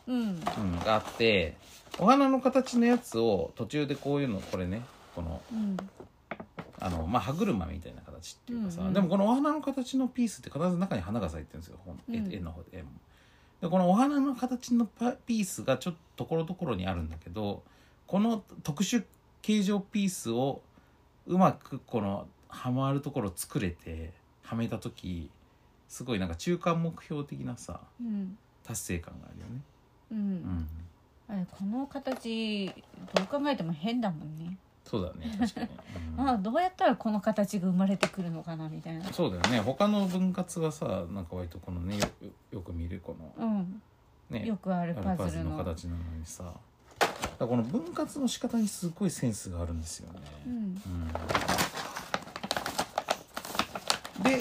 S3: うん
S1: うん、があってお花の形のやつを途中でこういうのこれねこの
S3: うん
S1: あの、まあ、歯車みたいな形っていうかさ、
S3: うんうん
S1: でもこのお花の形のピースって必ず中に花が咲いてるんですよ本絵,、
S3: うん
S1: 絵の方で絵もでこのお花の形のパピースがちょっとところどころにあるんだけどこの特殊形状ピースをうまくこのはまるところを作れてはめた時すごいなんか中間目標的なさ
S3: うん
S1: 達成感があるよね。
S3: う、
S1: うんん
S3: あれこの形どう考えても変だもんね、
S1: そうだね確かに、うん
S3: [LAUGHS] あどうやったらこの形が生まれてくるのかなみたいな
S1: そうだよね他の分割はさなんか割とこのねよよく見るこの
S3: うん
S1: ね
S3: よくある
S1: あ
S3: パ
S1: るパ
S3: ズ
S1: ズ
S3: ル
S1: ル
S3: の
S1: の形なのにさだからこの分割の仕方にすごいセンスがあるんですよね。
S3: うん
S1: うんで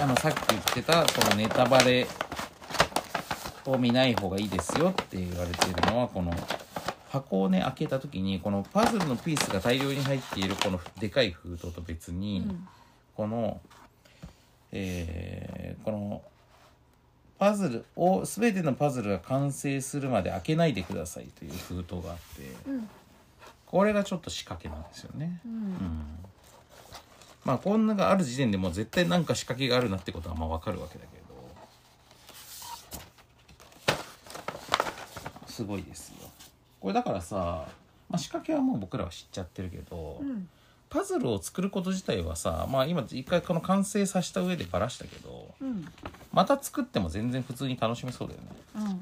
S1: あのさっき言ってたこのネタバレを見ない方がいいですよって言われているのはこの箱をね開けた時にこのパズルのピースが大量に入っているこのでかい封筒と別に。
S3: うん
S1: この、えーこのパズルを全てのパズルが完成するまで開けないでくださいという封筒があって
S3: うん
S1: これがちょっと仕掛けなんですよね。
S3: う
S1: うんんまあこんながある時点でもう絶対なんか仕掛けがあるなってことはまあわかるわけだけどすごいですよ。これだからさ、まあ、仕掛けはもう僕らは知っちゃってるけど、
S3: うん
S1: パズルを作ること自体はさまあ今一回この完成させた上でばらしたけど
S3: うん
S1: また作っても全然普通に楽しめそうだよね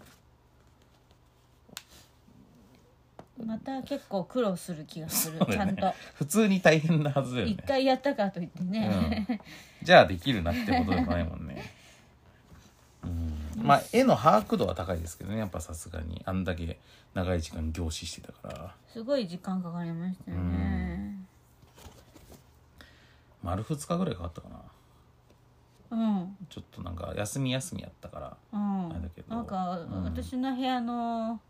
S1: [LAUGHS]
S3: うんまた結構苦労する気がす
S1: [LAUGHS]
S3: る、
S1: そう
S3: ち
S1: だ
S3: ゃ
S1: よ
S3: ん
S1: ね
S3: と
S1: 普通に大変なはずだよね
S3: 一回やったからといってね、
S1: うん、じゃあできるなってことでもないもん
S3: [LAUGHS]
S1: ね、うん、まあ絵の把握度は高いですけどねやっぱさすがにあんだけ長い時間凝視してたから
S3: すごい時間かかりましたよね
S1: 丸2日ぐらいかかったかな
S3: うん
S1: ちょっとなんか休み休みやったから
S3: うん
S1: あれだけど
S3: なんか、
S1: うん
S3: 私の部屋の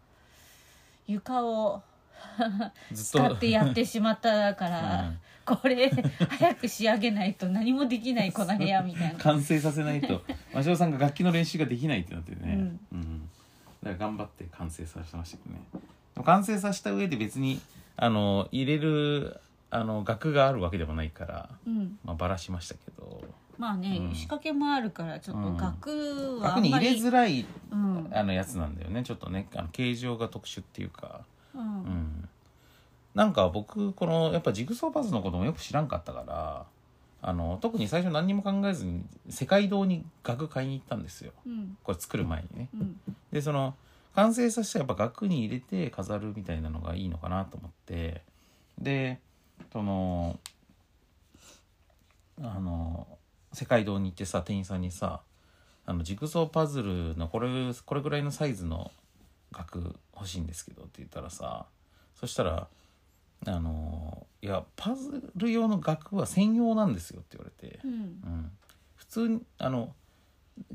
S3: 床を
S1: ずっ
S3: 使
S1: と
S3: ってやってしまったか
S1: う
S3: ら
S1: ん、
S3: これ早く仕上げないと何もできないこの部屋みたいな
S1: 完成させない [LAUGHS] と真汐さんが楽器の練習ができないってなってね、うんだから頑張って完成させましたけどねでも完成させた上で別にあの入れるあの額があるわけでもないから、
S3: うん
S1: まあ、ばらしましたけど
S3: まあね、
S1: うん
S3: 仕掛けもあるからちょっと額はあ
S1: 額
S3: ん
S1: に
S3: ま
S1: 入
S3: り
S1: れづらい
S3: うん
S1: あのやつなんだよねちょっとねあの形状が特殊っていうか
S3: う
S1: うんんなんか僕このやっぱジグソーパズルのこともよく知らんかったからあの特に最初何にも考えずに世界堂に額買いに行ったんですよ
S3: うん
S1: これ作る前にね
S3: うん
S1: でその完成させたらやっぱ額に入れて飾るみたいなのがいいのかなと思ってでそのあの世界堂に行ってさ店員さんにさあのジグソーパズルのこれこれぐらいのサイズの額欲しいんですけどって言ったらさそしたら「あのいやパズル用の額は専用なんですよ」って言われて。
S3: うん
S1: うん普通にあの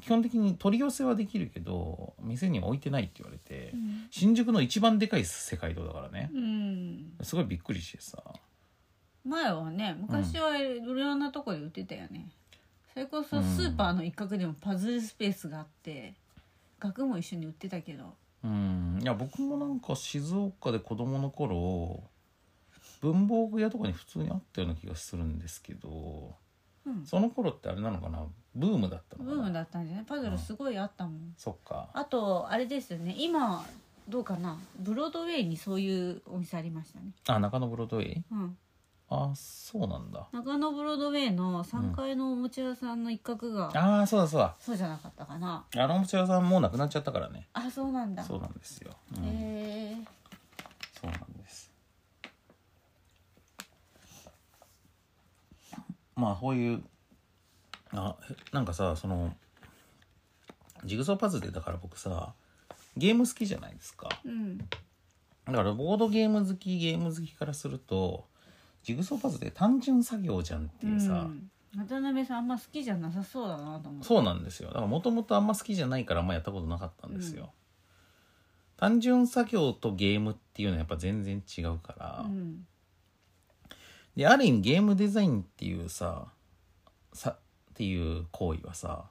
S1: 基本的に取り寄せはできるけど店には置いてないって言われて、
S3: うん
S1: 新宿の一番でかい世界堂だからね、
S3: うん
S1: すごいびっくりしてさ
S3: 前はね昔はいろんなとこで売ってたよね、それこそスーパーの一角でもパズルスペースがあって額も一緒に売ってたけど
S1: うんいや僕もなんか静岡で子供の頃文房具屋とかに普通にあったような気がするんですけど
S3: うん
S1: その頃ってあれなのかなブームだったのか
S3: ブ
S1: な
S3: ームだったんじゃないパズルすごいあったもん、
S1: そっか
S3: あとあれですよね今どうかなブロードウェイにそういうお店ありましたね
S1: あ中野ブロードウェイ
S3: うん
S1: あそうなんだ
S3: 中野ブロードウェイの3階のおもちゃ屋さんの一角が、
S1: ああそうだそうだ
S3: そうじゃなかったかな
S1: あのおもちゃ屋さんもうなくなっちゃったからね
S3: あそうなんだ
S1: そうなんですよ、うん
S3: へえ
S1: そうなんです。まあこういうあへなんかさそのジグソーパズルでだから僕さゲーム好きじゃないですか
S3: うん
S1: だからボードゲーム好きゲーム好きからするとジグソーパズルで単純作業じゃんっていうさ、
S3: うん渡辺さんあんま好きじゃなさそうだなと思って
S1: そうなんですよだからもともとあんま好きじゃないからあんまやったことなかったんですよ、単純作業とゲームっていうのはやっぱ全然違うから、
S3: うん
S1: である意味ゲームデザインっていうささっていう行為はさ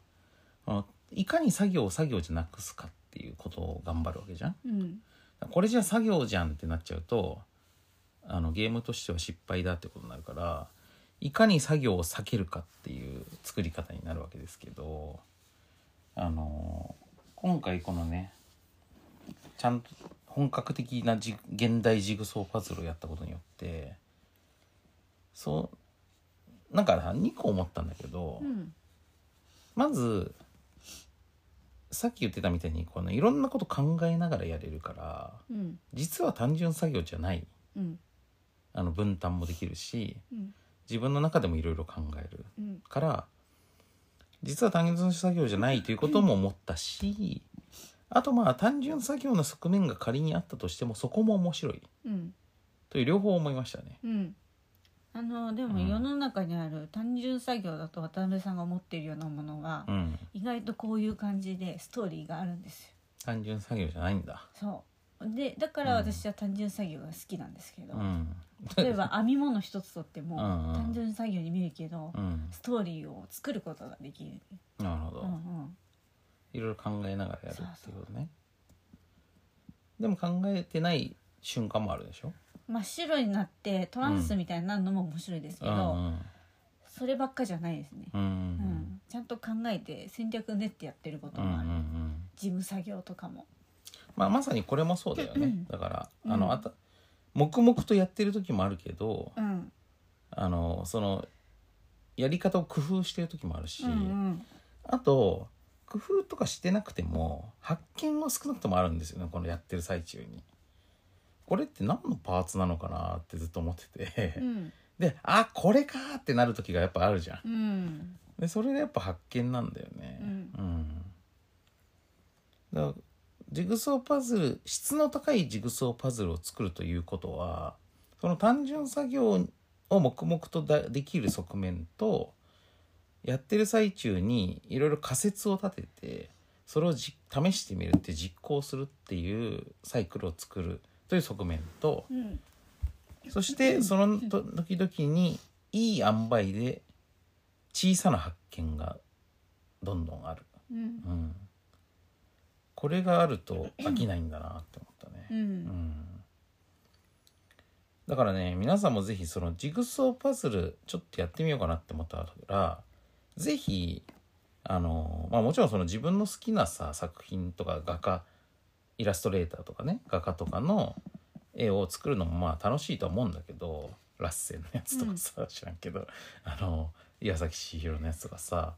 S1: あのいかに作業を作業じゃなくすかっていうことを頑張るわけじゃん
S3: うん
S1: これじゃ作業じゃんってなっちゃうとあのゲームとしては失敗だってことになるからいかに作業を避けるかっていう作り方になるわけですけどあの今回このねちゃんと本格的なじ現代ジグソーパズルをやったことによってそうなんか2個思ったんだけど、
S3: うん
S1: まずさっき言ってたみたいにこのいろんなこと考えながらやれるから
S3: うん
S1: 実は単純作業じゃない
S3: うん
S1: あの分担もできるし
S3: うん
S1: 自分の中でもいろいろ考える
S3: うん
S1: から実は単純作業じゃないということも思ったしあとまあ単純作業の側面が仮にあったとしてもそこも面白い
S3: うん
S1: という両方思いましたね。
S3: うんあのでも
S1: うん
S3: 世の中にある単純作業だと渡辺さんが持っているようなものが
S1: うん、
S3: 意外とこういう感じでストーリーがあるんですよ
S1: 単純作業じゃないんだ。
S3: そうでだから私は単純作業が好きなんですけど、
S1: うん、
S3: 例えば編み物一つとっても
S1: うんうん
S3: 単純作業に見えるけど、
S1: うん、
S3: ストーリーを作ることができる、
S1: なるほど。
S3: うんうん、
S1: いろいろ考えながらやるっていうことねでも考えてない瞬間もあるでしょ
S3: 真っ白になってトランスみたいになるのも面白いですけど、
S1: うん
S3: そればっかじゃないですね、
S1: うんう
S3: うん
S1: ん
S3: ちゃんと考えて戦略練ってやってるこ
S1: う
S3: と
S1: んうんう
S3: もある、
S1: ん
S3: 事務作業とかも
S1: まあまさにこれもそうだよ
S3: う
S1: ね
S3: ん
S1: だから
S3: うん
S1: あのあた黙々とやってる時もあるけど
S3: うん
S1: あのそのやり方を工夫してる時もあるし、
S3: うんうん
S1: あと工夫とかしてなくても発見は少なくともあるんですよねこのやってる最中に。これって何のパーツなのかなってずっと思ってて、
S3: うん
S1: であこれかーってなる時がやっぱあるじゃん。
S3: うん
S1: でそれがやっぱ発見なんだよね。うんだからジグソーパズル質の高いジグソーパズルを作るということはその単純作業を黙々とだできる側面とやってる最中にいろいろ仮説を立ててそれをじ試してみるって実行するっていうサイクルを作るという側面と
S3: うん
S1: そしてそのと時々にいい塩梅で小さな発見がどんどんある、
S3: うん
S1: うん、これがあると飽きないんだなって思った
S3: う
S1: ね、うんん、だからね皆さんもぜひそのジグソーパズルちょっとやってみようかなって思ったらぜひあのまあもちろんその自分の好きなさ作品とか画家イラストレーターとかね画家とかの絵を作るのもまあ楽しいとは思うんだけどラッセンのやつとかさ、知らんけどあの岩崎千尋のやつとかさ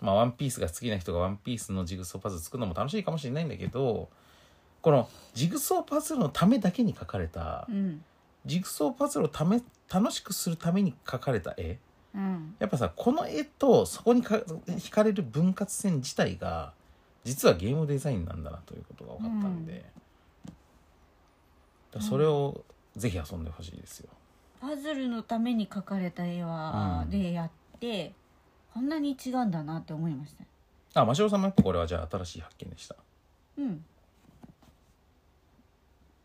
S1: まあワンピースが好きな人がワンピースのジグソーパズル作るのも楽しいかもしれないんだけどこのジグソーパズルのためだけに描かれた、
S3: うん
S1: ジグソーパズルをため楽しくするために描かれた絵
S3: うん
S1: やっぱさこの絵とそこにか惹かれる分割線自体が実はゲームデザインなんだなということが分かったんで、だからそれをぜひ遊んでほしいですよ。
S3: パズルのために描かれた絵は、
S1: うん
S3: でやってこんなに違うんだなって思いました
S1: あマシオさんもやっぱこれはじゃあ新しい発見でした。
S3: うん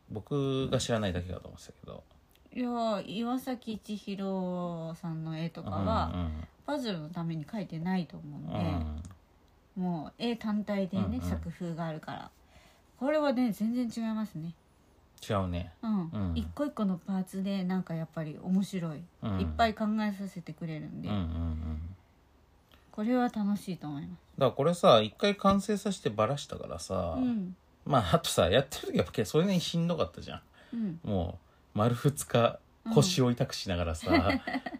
S1: 僕が知らないだけだと思ってたけど。
S3: いや岩崎千尋さんの絵とか
S1: う
S3: は
S1: ん
S3: パズルのために描いてないと思うん
S1: うん
S3: で、
S1: うん
S3: もう絵単体でね、
S1: うんうん
S3: 作風があるからこれはね全然違いますね
S1: 違うね。
S3: うん、
S1: うん
S3: 一個一個のパーツでなんかやっぱり面白い、
S1: うん
S3: いっぱい考えさせてくれるん
S1: う
S3: で、
S1: んうんうん
S3: これは楽しいと思います
S1: だからこれさ一回完成させてバラしたからさ、
S3: うん
S1: まああとさやってる時やっぱそれなりにしんどかったじゃん。 [LAUGHS]
S3: うん
S1: もう丸2日腰を痛くしながら
S3: [LAUGHS]
S1: さ、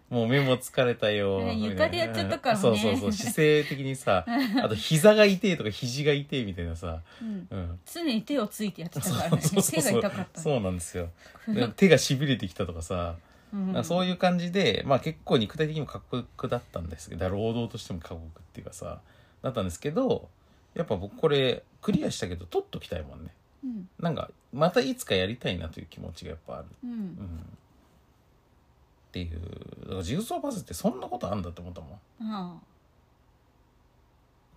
S1: もう目も疲れたよ、
S3: ね
S1: みたいな
S3: 床でやっちゃったからね
S1: そうそうそう姿勢的に
S3: [LAUGHS]
S1: さあと膝が痛いとか肘が痛いみたいなさ、
S3: うん
S1: うん、
S3: 常に手をついてやってた
S1: そう
S3: からね
S1: [LAUGHS] そうそう
S3: 手が
S1: そう
S3: 痛かった
S1: そうなんですよで手がしびれてきたとかさ、
S3: うん
S1: なんかそういう感じで、まあ、結構肉体的にも過酷だったんですけど労働としても過酷っていうかさだったんですけどやっぱ僕これクリアしたけど取っときたいもんね
S3: うん
S1: なんかまたいつかやりたいなという気持ちがやっぱある
S3: うん
S1: っていうだからジグソーパズルってそんなことあんだって思ったもん
S3: あ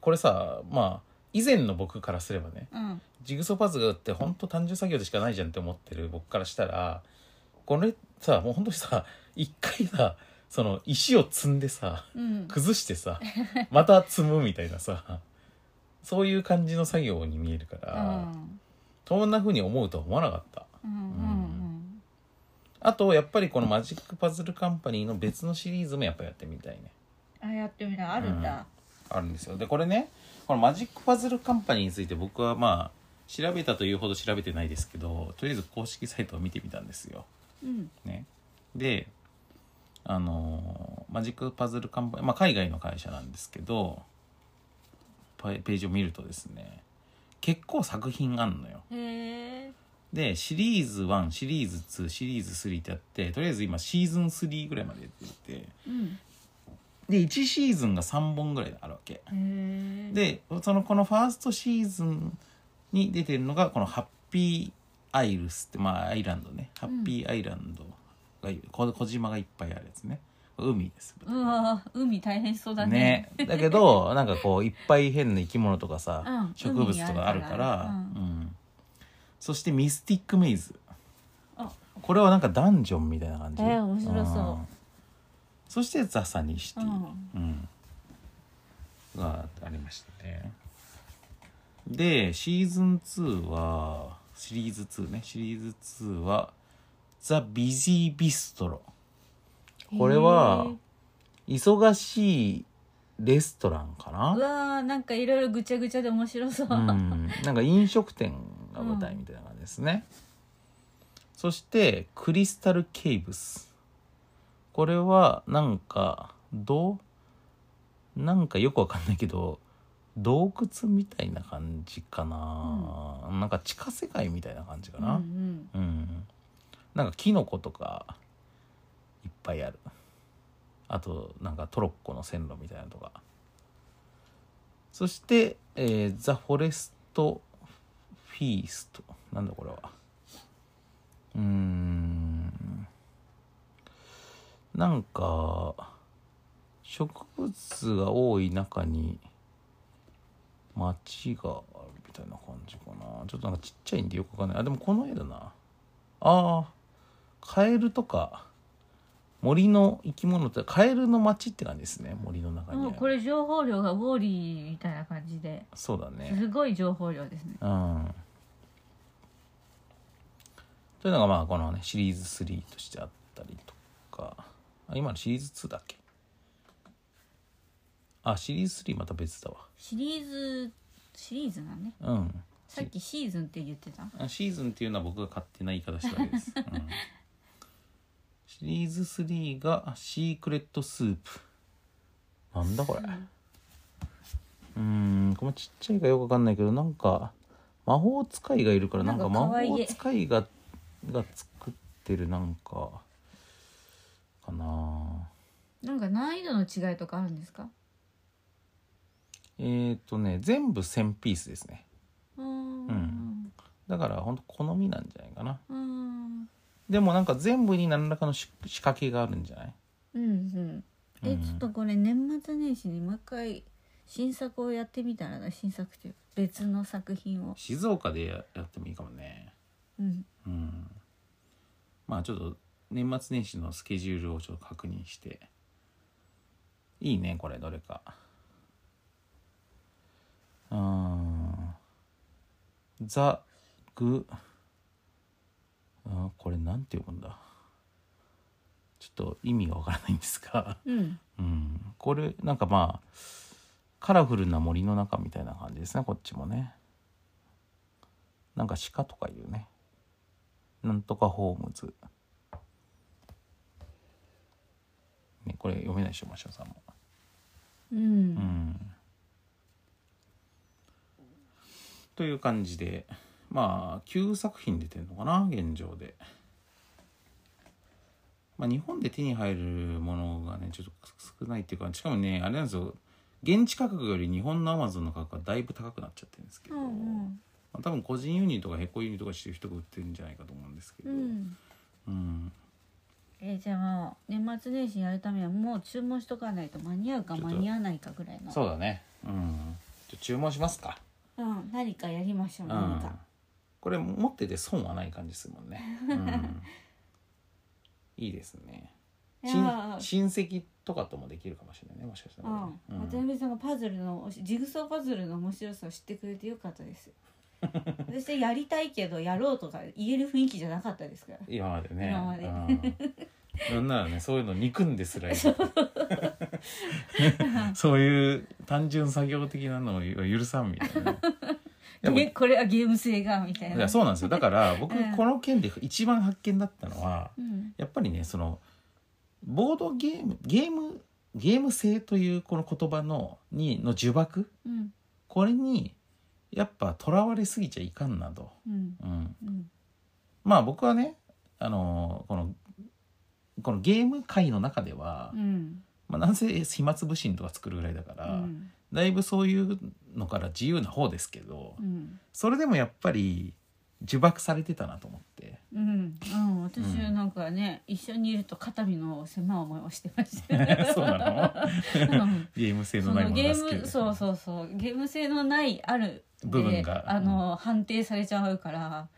S1: これさまあ以前の僕からすればね
S3: あうん
S1: ジグソーパズルってほんと単純作業でしかないじゃんって思ってる僕からしたらこれさもうほんとにさ一回さその石を積んでさ
S3: うん
S1: 崩してさまた積むみたいなさそういう感じの作業に見えるか
S3: う
S1: ら、
S3: ん
S1: そんな風に思うとは思わなかった
S3: うんうん
S1: あとやっぱりこのマジックパズルカンパニーの別のシリーズもやっぱやってみたいね
S3: あやってみたあるんだ
S1: あるんですよでこれねこのマジックパズルカンパニーについて僕はまあ調べたというほど調べてないですけどとりあえず公式サイトを見てみたんですよ。
S3: うん
S1: ね、であのーマジックパズルカンパニー、まあ、海外の会社なんですけどパページを見るとですね結構作品があるのよ。
S3: へえ
S1: でシリーズ1シリーズ2シリーズ3ってあってとりあえず今シーズン3ぐらいまでやってて
S3: うん
S1: で1シーズンが3本ぐらいあるわけ。
S3: へえ
S1: でそのこのファーストシーズンに出てるのがこの「ハッピーアイルス」ってまあアイランドねハッピーアイランドが、こ小島がいっぱいあるやつね海です
S3: うわ海大変そうだね
S1: ねだけどなんかこういっぱい変な生き物とかさ、
S3: うん
S1: 植物とかあるから
S3: 海にあるから
S1: うんそしてミスティックメイズ
S3: あ
S1: これはなんかダンジョンみたいな感じ
S3: えー面白そうん
S1: そしてザ・サニシティ、うんがありましたねでシーズン2はシリーズ2ねシリーズ2は「ザ・ビジー・ビストロ」これは忙しいレストランかな
S3: うわーなんかいろいろぐちゃぐちゃで面白そう、
S1: うん、なんか飲食店が舞台みたいな感じですね、そしてクリスタル・ケイブスこれはなんかどうなんかよくわかんないけど洞窟みたいな感じかな、なんか地下世界みたいな感じかな、
S3: うん
S1: うん、なんかキノコとかいっぱいあるあとなんかトロッコの線路みたいなのとかそして、えーザ・フォレスト・フィーストなんだこれはうーんなんか植物が多い中に街があるみたいな感じかなちょっとなんかちっちゃいんでよくわかんないあでもこの絵だなあーカエルとか森の生き物ってカエルの街って感じですね森の中
S3: うん
S1: に
S3: も
S1: あ
S3: う
S1: る
S3: これ情報量がウォーリーみたいな感じで
S1: そうだね
S3: すごい情報量ですね
S1: うんというのがまあこのねシリーズ3としてあったりとかあ今のシリーズ2だっけあシリーズ3また別だ
S3: シリーズシリーズなんね
S1: わうん
S3: さっきシーズンって言ってた
S1: あシーズンっていうのは僕が勝手な言い方しただけ [LAUGHS] です、うんシリーズ3があシークレットスープなんだこれうーんこれもちっちゃいかよくわかんないけどなんか魔法使いがいるからなんか
S3: なん
S1: 魔
S3: か可愛い
S1: 法使いがが作ってるなんかかなあ
S3: なんか難易度の違いとかあるんですか
S1: えっ、ー、とね全部1000ピースですね
S3: うーん
S1: うんだからほんと好みなんじゃないかな
S3: うーん
S1: でもなんか全部に何らかのし仕掛けがあるんじゃない
S3: うんうんえ、
S1: うん
S3: ちょっとこれ年末年始にもう一回新作をやってみたらな新作っていうか別の作品を
S1: 静岡でややってもいいかもね
S3: うん
S1: うんまあちょっと年末年始のスケジュールをちょっと確認していいねこれどれかうーんザ・グあこれなんて読むんだちょっと意味がわからないんですが
S3: うん
S1: うん、これなんかまあカラフルな森の中みたいな感じですねこっちもねなんか鹿とかいるねなんとかホームズ、ね、これ読めないでしょマシオさんも
S3: う
S1: うんんという感じでまあ9作品出てるのかな現状で、まあ、日本で手に入るものがねちょっと少ないっていうかしかもねあれなんですよ現地価格より日本のアマゾンの価格がだいぶ高くなっちゃってるんですけ
S3: う
S1: ど、
S3: ん
S1: まあ、多分個人輸入とか並行輸入とかしてる人が売ってるんじゃないかと思うんですけ
S3: う
S1: ど、
S3: ん
S1: うん
S3: えじゃあもう年末年始やるためにはもう注文しとかないと間に合うか
S1: ちょっ
S3: 間
S1: と
S3: に合わないかぐらいの
S1: そうだねうんじゃあ注文しますか
S3: うん、何かやりましょう
S1: う
S3: 何
S1: ん
S3: か、
S1: これ持ってて損はない感じするもんね、うん、いいですね
S3: い
S1: 親
S3: やー
S1: 親戚とかともできるかもしれないねもしかした
S3: う
S1: らね、
S3: ん、渡辺さんがパズルのジグソーパズルの面白さを知ってくれてよかったです
S1: [LAUGHS]
S3: 私やりたいけどやろうとか言える雰囲気じゃなかったですから
S1: 今までね
S3: 今まで
S1: うんなんならねそういうの憎んですら
S3: [LAUGHS]
S1: いる [LAUGHS] そういう単純作業的なのを許さんみたい
S3: [LAUGHS]
S1: なねでも
S3: え [LAUGHS] これはゲーム性がみたい
S1: い
S3: な
S1: やそうなんですよだから僕
S3: うん
S1: この件で一番発見だったのは、
S3: うん
S1: やっぱりねそのボードゲームゲームゲーム性というこの言葉のにの呪縛
S3: うん
S1: これにやっぱとらわれすぎちゃいかんなと、
S3: うん
S1: うん、
S3: うん
S1: まあ僕はねあのーこのこのゲーム界の中では、
S3: うん
S1: まあ、なんせ暇つぶしんとか作るぐらいだから、だいぶそういうのから自由な方ですけど、
S3: うん
S1: それでもやっぱり呪縛されてたなと思って。
S3: うん、うん、私
S1: うん
S3: なんかね、一緒にいると肩身の狭い思いをしてまし
S1: [LAUGHS]
S3: た、
S1: そうなの [LAUGHS]
S3: うん
S1: ゲーム性
S3: そ
S1: のない
S3: の
S1: もの
S3: ゲ
S1: が好き
S3: ームそうそうそうゲーム性のないあるで
S1: 部分が
S3: あの、判定されちゃうから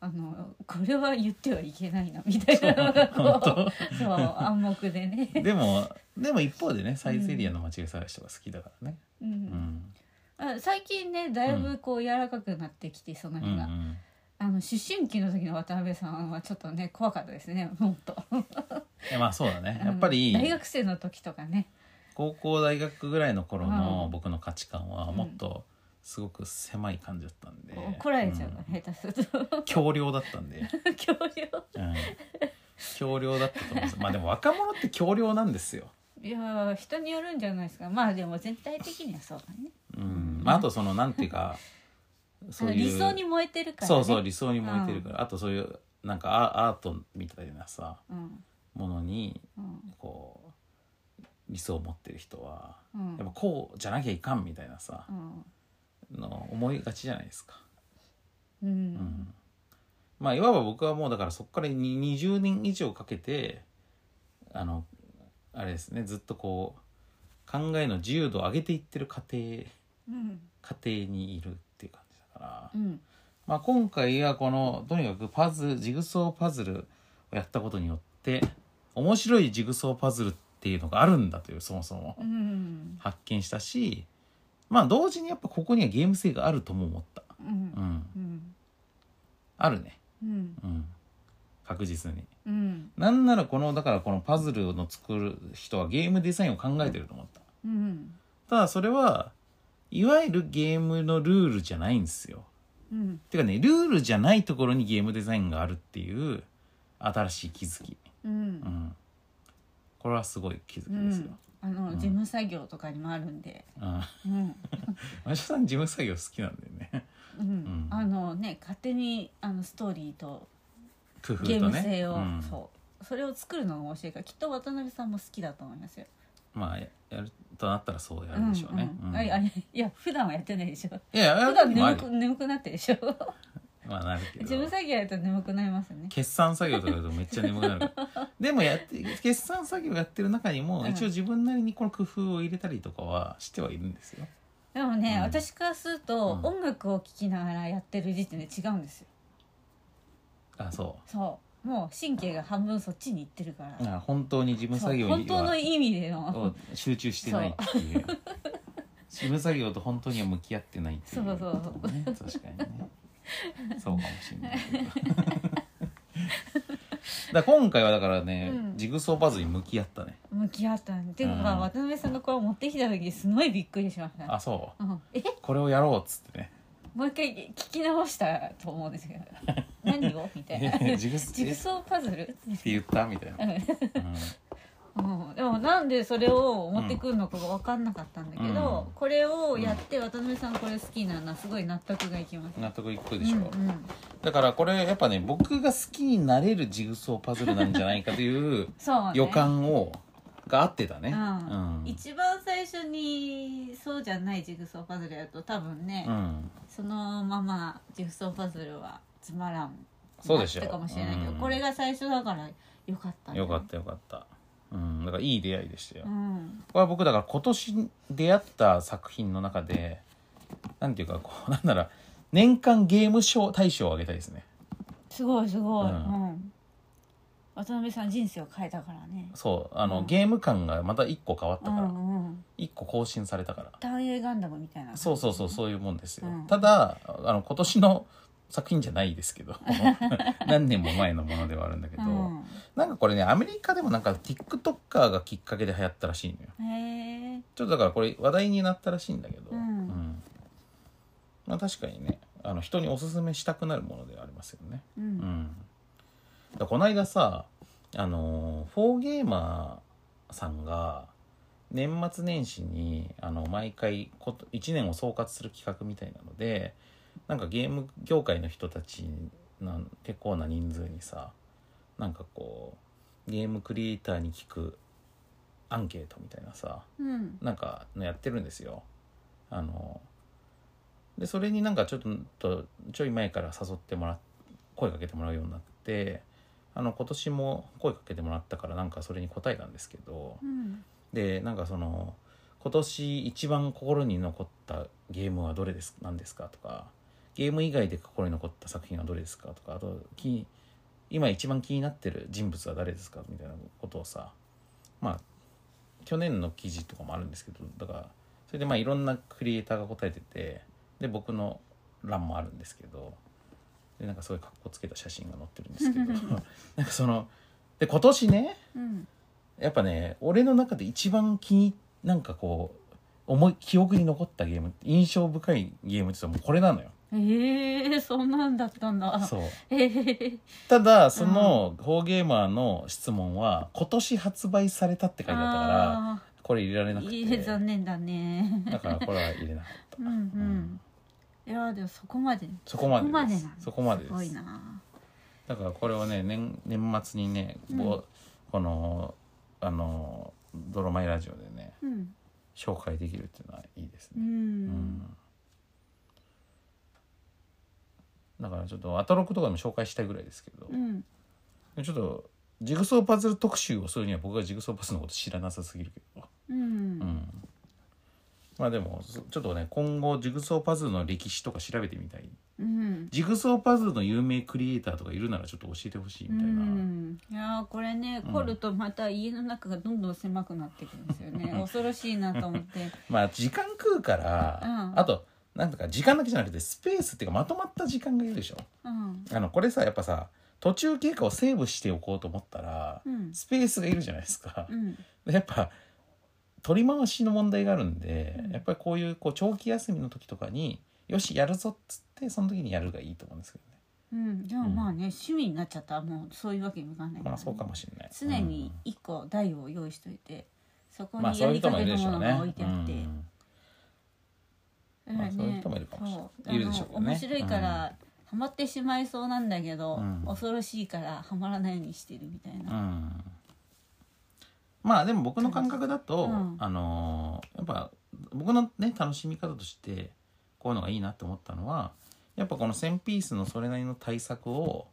S3: あのこれは言ってはいけないなみたいな
S1: [LAUGHS]
S3: のがこうそう暗黙でね、
S1: でもでも一方でねサイゼリアの間違い探しとか好きだからね、
S3: う
S1: うんん
S3: あ最近ねだいぶこう柔らかくなってきてその
S1: うんう
S3: 辺が、
S1: ん、
S3: あの思春期の時の渡辺さんはちょっとね怖かったですねもっと
S1: いやまあそうだねやっぱり
S3: 大学生の時とかね
S1: 高校大学ぐらいの頃
S3: う
S1: の
S3: ん
S1: 僕の価値観は
S3: うん
S1: もっとすごく狭い感じだったんで、
S3: 怒られちゃう
S1: う
S3: [LAUGHS] から、
S1: ん
S3: [LAUGHS] 下手すると
S1: 強量だったんで、
S3: 強量
S1: うん強量だったと思うんですよまあでも若者って強量なんですよ、
S3: いやー人によるんじゃないですかまあでも全体的にはそうだね
S1: うんまあ、あとそのなんていうかそういう
S3: 理想に燃えてるから、ね、
S1: そうそう理想に燃えてるから、あとそういうなんかアアートみたいなさ
S3: うん
S1: ものに
S3: うん
S1: こう理想を持ってる人は
S3: うん
S1: やっぱこうじゃなきゃいかんみたいなさ
S3: う、ん
S1: の思いがちじゃないですか。
S3: う
S1: うんんまあ、いわば僕はもうだからそこからに20年以上かけてあのあれですねずっとこう考えの自由度を上げていってる過程
S3: うん
S1: 過程にいるっていう感じだから、
S3: うん
S1: まあ、今回はこのとにかくパズルジグソーパズルをやったことによって面白いジグソーパズルっていうのがあるんだというそもそも
S3: うん
S1: 発見したしまあ同時にやっぱここにはゲーム性があるとも思った、
S3: うんう
S1: う
S3: ん
S1: ん、
S3: うん
S1: あるね、
S3: うん
S1: うん、確実に
S3: うん
S1: なんならこのだからこのパズルの作る人はゲームデザインを考えてると思った
S3: うん
S1: ただそれはいわゆるゲームのルールじゃないんですよ
S3: うん
S1: てかねルールじゃないところにゲームデザインがあるっていう新しい気づき、
S3: うん
S1: うん、これはすごい気づき
S3: う
S1: ですよ
S3: ん、あの、事務作業とかにもあるんで、
S1: うん、 [LAUGHS]
S3: うん
S1: マシュさん事務作業好きなんだよね [LAUGHS]
S3: うん
S1: ん
S3: あのね勝手にあのストーリーと
S1: 工夫とね
S3: ゲーム性を、
S1: うん
S3: そうそれを作るのが面白いからきっと渡辺さんも好きだと思いますよ。
S1: まあややるとなったらそうやるでしょうね、
S3: うんうん
S1: うん
S3: あい
S1: い
S3: や
S1: や
S3: いや普段はやってないでしょ。
S1: いや
S3: 普
S1: やる
S3: 段
S1: 時もあ
S3: 眠
S1: る
S3: く眠くなってるでしょ。
S1: まあなるけど
S3: 自分作業やると眠くなりますよね。
S1: 決算作業とかだとめっちゃ眠くなるから
S3: [LAUGHS]
S1: でもやって決算作業やってる中にも
S3: うん
S1: 一応自分なりにこの工夫を入れたりとかはしてはいるんですよ
S3: でもね、
S1: うん
S3: 私からすると、
S1: うん
S3: 音楽を聴きながらやってる時点で違うんですよ。
S1: あそ
S3: そうもう神経が半分そっちに行ってるから。
S1: うあ本当に事務作
S3: そう
S1: 業
S3: 本
S1: に
S3: 当の
S1: は
S3: 意味での。
S1: を集中してないって [LAUGHS] いう事務作業と本当には向き合ってないっていう
S3: そうそう
S1: ことね確かにねそうかもしれないけどだから今回はだからね、
S3: うん
S1: ジグソーパズルに向き合ったね
S3: 向き合ったんでていう
S1: うん
S3: か渡辺さんがこれを持ってきた時すごいびっくりしました、
S1: あそう
S3: うん、え
S1: これをやろうっつってね
S3: もう一回聞き直したと思うんですけ
S1: [LAUGHS]
S3: ど何をみたいな
S1: ジグソ
S3: [LAUGHS] ジグ
S1: ー
S3: ソーパズル、
S1: って言ったみたいな、うん
S3: うん、でもなんでそれを持ってくるのかが分かんなかったんだけど、
S1: うん
S3: これをやって渡辺さんこれ好きなのはすごい納得がいきます
S1: 納得いくでしょ、
S3: うんうん、
S1: だからこれやっぱね僕が好きになれるジグソーパズルなんじゃないかという
S3: そう、ね、
S1: 予感をがあってたね
S3: うん
S1: うん
S3: 一番最初にそうじゃないジグソーパズルやると多分ね、
S1: うん
S3: そのままジグソーパズルはつまらん
S1: そうでしょ
S3: なったかもしれないけど、
S1: うん
S3: これが最初だからよかったね
S1: よかったよかったうんだからいい出会いでしたよ、
S3: うん
S1: これは僕だから今年出会った作品の中でなんていうかこう [LAUGHS] なんなら年間ゲーム賞大賞をあげたいですね
S3: すごいすごい、
S1: う
S3: うんん渡辺さん人生を変えたからね
S1: そうあの、
S3: うん
S1: ゲーム感がまた1個変わった
S3: う
S1: から、
S3: んうん
S1: 1個更新されたから
S3: 単影ガンダムみたいな
S1: そうそうそうそういうもんですよ、
S3: うん
S1: ただあの今年の作品じゃないですけど [LAUGHS] 何年も前のものではあるんだけど、
S3: うん
S1: なんかこれねアメリカでもなんか TikToker がきっかけで流行ったらしいのよ
S3: へえ
S1: ちょっとだからこれ話題になったらしいんだけど、
S3: うん
S1: まあ、確かにねあの人におすすめしたくなるものではありますよね、
S3: う
S1: うんん、だからこの間さあのフォーゲーマーさんが年末年始にあの毎回こと1年を総括する企画みたいなのでなんかゲーム業界の人たちの結構な人数にさなんかこうゲームクリエイターに聞くアンケートみたいなさ
S3: うん
S1: なんかのやってるんですよ。あのでそれになんかちょっとちょい前から誘ってもらっ声かけてもらうようになってあの今年も声かけてもらったからなんかそれに答えたんですけど
S3: うん
S1: でなんかその今年一番心に残ったゲームはどれです何ですかとかゲーム以外で心に残った作品はどれですかとかあとき今一番気になってる人物は誰ですかみたいなことをさまあ去年の記事とかもあるんですけどだからそれでまあいろんなクリエイターが答えててで僕の欄もあるんですけどでなんかすごい格好つけた写真が載ってるんですけどなんかそので今年ね
S3: うん
S1: やっぱね俺の中で一番気になんかこう思い記憶に残ったゲーム印象深いゲームって言ったらもうこれなのよ
S3: ええそんなんだったんだ。
S1: そう
S3: ええ
S1: ただその「フォーゲーマー」の質問は今年発売されたって書いてあったから
S3: あ
S1: これ入れられな
S3: あ
S1: く
S3: ー、
S1: て
S3: いい残念だね。
S1: だからこれは入れなかった
S3: うんうん。いやでもそこまで。
S1: そこま
S3: そこま
S1: でで
S3: でな
S1: す
S3: んだ
S1: そこまですで
S3: ごい
S1: す
S3: な。
S1: だからこれをね年年末にね、ぼ
S3: う
S1: このあの「泥米ラジオ」でね
S3: うん。
S1: 紹介できるっていうのはいいです
S3: う
S1: ね、うん
S3: ん。
S1: だからちょっとアトロックとかでも紹介したいぐらいですけど、
S3: うん。
S1: ちょっとジグソーパズル特集をするには僕がジグソーパズルのこと知らなさすぎるけど
S3: う。
S1: うんんまあでもそちょっとね今後ジグソーパズルの歴史とか調べてみたい
S3: うん。
S1: ジグソーパズルの有名クリエイターとかいるならちょっと教えてほしいみたいな、
S3: いやーこれね
S1: うん
S3: 凝るとまた家の中がどんどん狭くなってくるんですよ
S1: [LAUGHS]
S3: ね恐ろしいなと思って
S1: まあ時間食うから、
S3: うん
S1: あとなんとか時間だけじゃなくてスペースっていうかまとまった時間がいるでしょ
S3: うん
S1: あのこれさやっぱさ途中経過をセーブしておこうと思ったら、
S3: うん
S1: スペースがいるじゃないですか
S3: う、ん
S1: でやっぱ取り回しの問題があるんで、
S3: うん
S1: やっぱりこういうこう長期休みの時とかによしやるぞっつってその時にやるがいいと思うんですけどね
S3: うんでもまあね趣味になっちゃったらもうそういうわけにもいかないからね
S1: まあそうかもしれない
S3: 常に一個台を用意しといてそ
S1: うん
S3: こ
S1: まあ
S3: に
S1: そういう
S3: やり
S1: 人
S3: か
S1: もい
S3: け
S1: る
S3: の
S1: でし
S3: も
S1: ょう
S3: の
S1: ね
S3: が置いてあって
S1: うん
S3: だから
S1: まあそういう
S3: ね
S1: 人もいるかもしれない
S3: そう
S1: いるでしょうけどね
S3: あの面白いからハマってしまいそうなんだけど
S1: うん
S3: 恐ろしいからハマらないようにしてるみたいな
S1: うんまあでも僕の感覚だと、
S3: うん
S1: あのーやっぱ僕のね楽しみ方としてこういうのがいいなって思ったのはやっぱこの1,000ピースのそれなりの対策を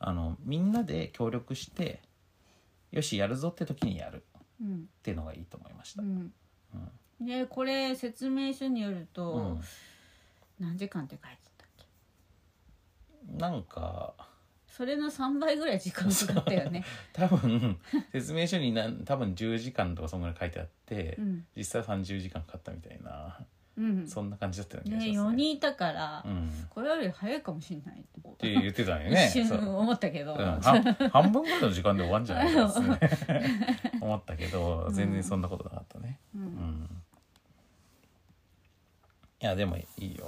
S1: あのみんなで協力してよしやるぞって時にやるっ
S3: うん
S1: ていうのがいいと思いました。
S3: うんでこれ説明書によると、
S1: うん
S3: 何時間って書いてたっけ
S1: なんか
S3: それの3倍ぐらい時間かかった
S1: [LAUGHS]
S3: よね、
S1: 多分説明書になん多分10時間とかそんぐらい書いてあって、
S3: うん
S1: 実際30時間かかったみたいな、
S3: うん、
S1: そんな感じだったような
S3: ね
S1: 気がしま
S3: 4
S1: すね。
S3: 人いたから、
S1: うん
S3: これより早いかもしれない
S1: って言ってたんよね。
S3: [LAUGHS] 一
S1: そう
S3: 瞬思ったけど、
S1: うん、は半分ぐらいの時間で終わんじゃないかっつってね思ったけど
S3: うん
S1: 全然そんなことなかったね。
S3: う
S1: うんん、いやでもいいよ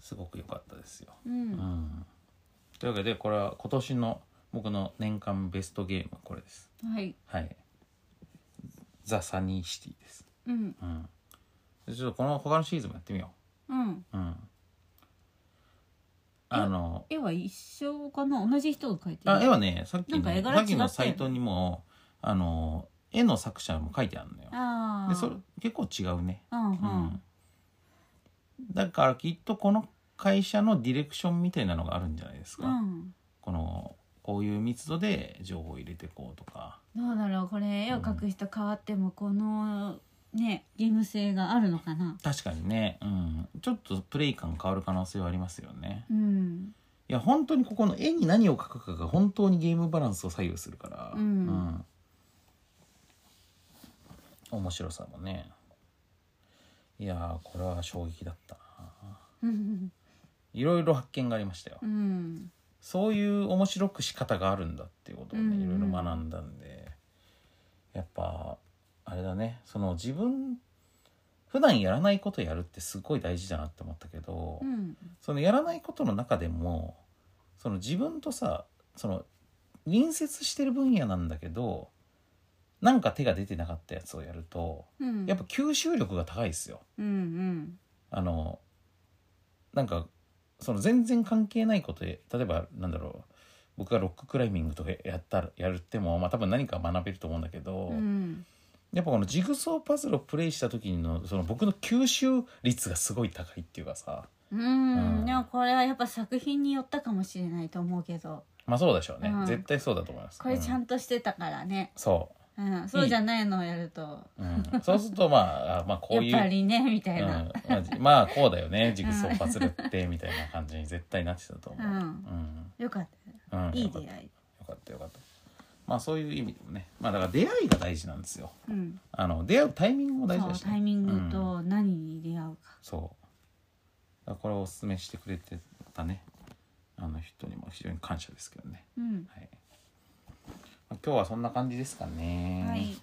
S1: すごく良かったですよ。
S3: う
S1: うんん、というわけでこれは今年の僕の年間ベストゲームこれです。
S3: はい、
S1: はい。ザ・サニーシティです。
S3: うん
S1: うん、でちょっとこの他のシリーズもやってみよ
S3: うん、
S1: う。うん、あの
S3: 絵は一緒かな同じ人が描いてる
S1: あ絵はねさっき
S3: な
S1: の
S3: んか絵柄
S1: さっき
S3: 違ったよ
S1: の
S3: ね
S1: サイトにもあの絵の作者も書いてあるのよ
S3: あー
S1: でそれ結構違うね、
S3: うん
S1: う
S3: うん、
S1: んだからきっとこの会社のディレクションみたいなのがあるんじゃないですか、
S3: うん
S1: このこういう密度で情報を入れてこうとか
S3: どうだろうこれ絵を描く人変わってもこのねゲーム性があるのかな
S1: 確かにね、うん、ちょっとプレイ感変わる可能性はありますよね
S3: うん
S1: いや本当にここの絵に何を描くかが本当にゲームバランスを左右するから、
S3: うん
S1: うん面白さもねいやーこれは衝撃だったな
S3: うん
S1: いろいろ発見がありましたよ、
S3: うん
S1: そういう面白く仕方があるんだっていうことをね、
S3: うん
S1: いろいろ学んだんでやっぱあれだねその自分普段やらないことやるってすごい大事だなって思ったけど、
S3: うん
S1: そのやらないことの中でもその自分とさその隣接してる分野なんだけどなんか手が出てなかったやつをやると
S3: うん
S1: やっぱ吸収力が高いですよ。
S3: うんうん
S1: あのなんかその全然関係ないことで例えばなんだろう僕がロッククライミングとかやったらやるっても、まあ、多分何か学べると思うんだけど、
S3: うん
S1: やっぱこのジグソーパズルをプレイした時のその僕の吸収率がすごい高いっていうかさ
S3: うん
S1: うん
S3: でもこれはやっぱ作品によったかもしれないと思うけど
S1: まあそうでしょうね、
S3: うん
S1: 絶対そうだと思います。
S3: これちゃ
S1: うん
S3: としてたからね、
S1: そ
S3: うん、そうじゃないのをやると
S1: う、
S3: [LAUGHS]
S1: うん、そうするとまああまあこういう
S3: やっぱりねみたい
S1: うん
S3: な、
S1: まあじ、まあこうだよ
S3: [LAUGHS]
S1: ねジグソーパズルってみたいな感じに絶対なってたと思う、
S3: うん
S1: うん
S3: よかったよ
S1: うん
S3: いい
S1: よかった
S3: 出
S1: よ
S3: 会い、
S1: かったよかったまあそういう意味でもねまあだから出会いが大事なんですよ
S3: うん、
S1: あの出会うタイミングも大事
S3: そ
S1: だ
S3: う
S1: し、
S3: タイミング
S1: うん
S3: と何に出会うか、
S1: そうだからこれをおすすめしてくれてたねあの人にも非常に感謝ですけどね、
S3: うん
S1: はい、まあ今日はそんな感じですかね、
S3: はい、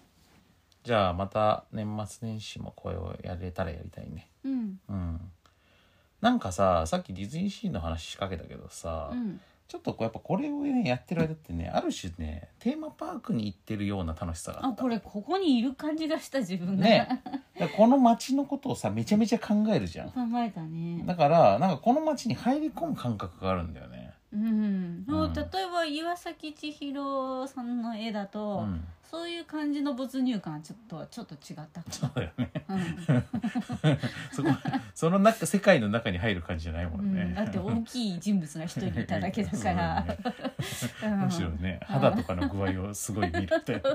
S1: じゃあまた年末年始もこれをやれたらやりたいね
S3: うん、
S1: うん。なんかささっきディズニーシーの話しかけたけどさ、
S2: うん
S1: ちょっとこうやっぱこれをねやってる間ってねある種ねテーマパークに行ってるような楽しさがあ
S3: あ
S1: った
S3: これここにいる感じがした自分が、
S1: ねだからこの街のことをさめちゃめちゃ考えるじゃん
S3: 考えたね
S1: だからなんかこの街に入り込む感覚があるんだよね、
S3: うん、も
S1: う
S3: うん例えば岩崎千尋さんの絵だ
S1: う
S3: と、
S1: ん、
S3: そういう感じの没入感はちょっとはちょっと違った
S1: [LAUGHS]
S3: か
S1: そうだよね
S3: な、うん
S1: そこその中世界の中に入る感じじゃないも
S3: うん
S1: ね、
S3: ん、だって大きい人物が一人いただけだか
S1: [LAUGHS] そうだ
S3: ら
S1: よね、むしろね
S3: うん
S1: 肌とかの具合をすごい見るって
S3: [LAUGHS]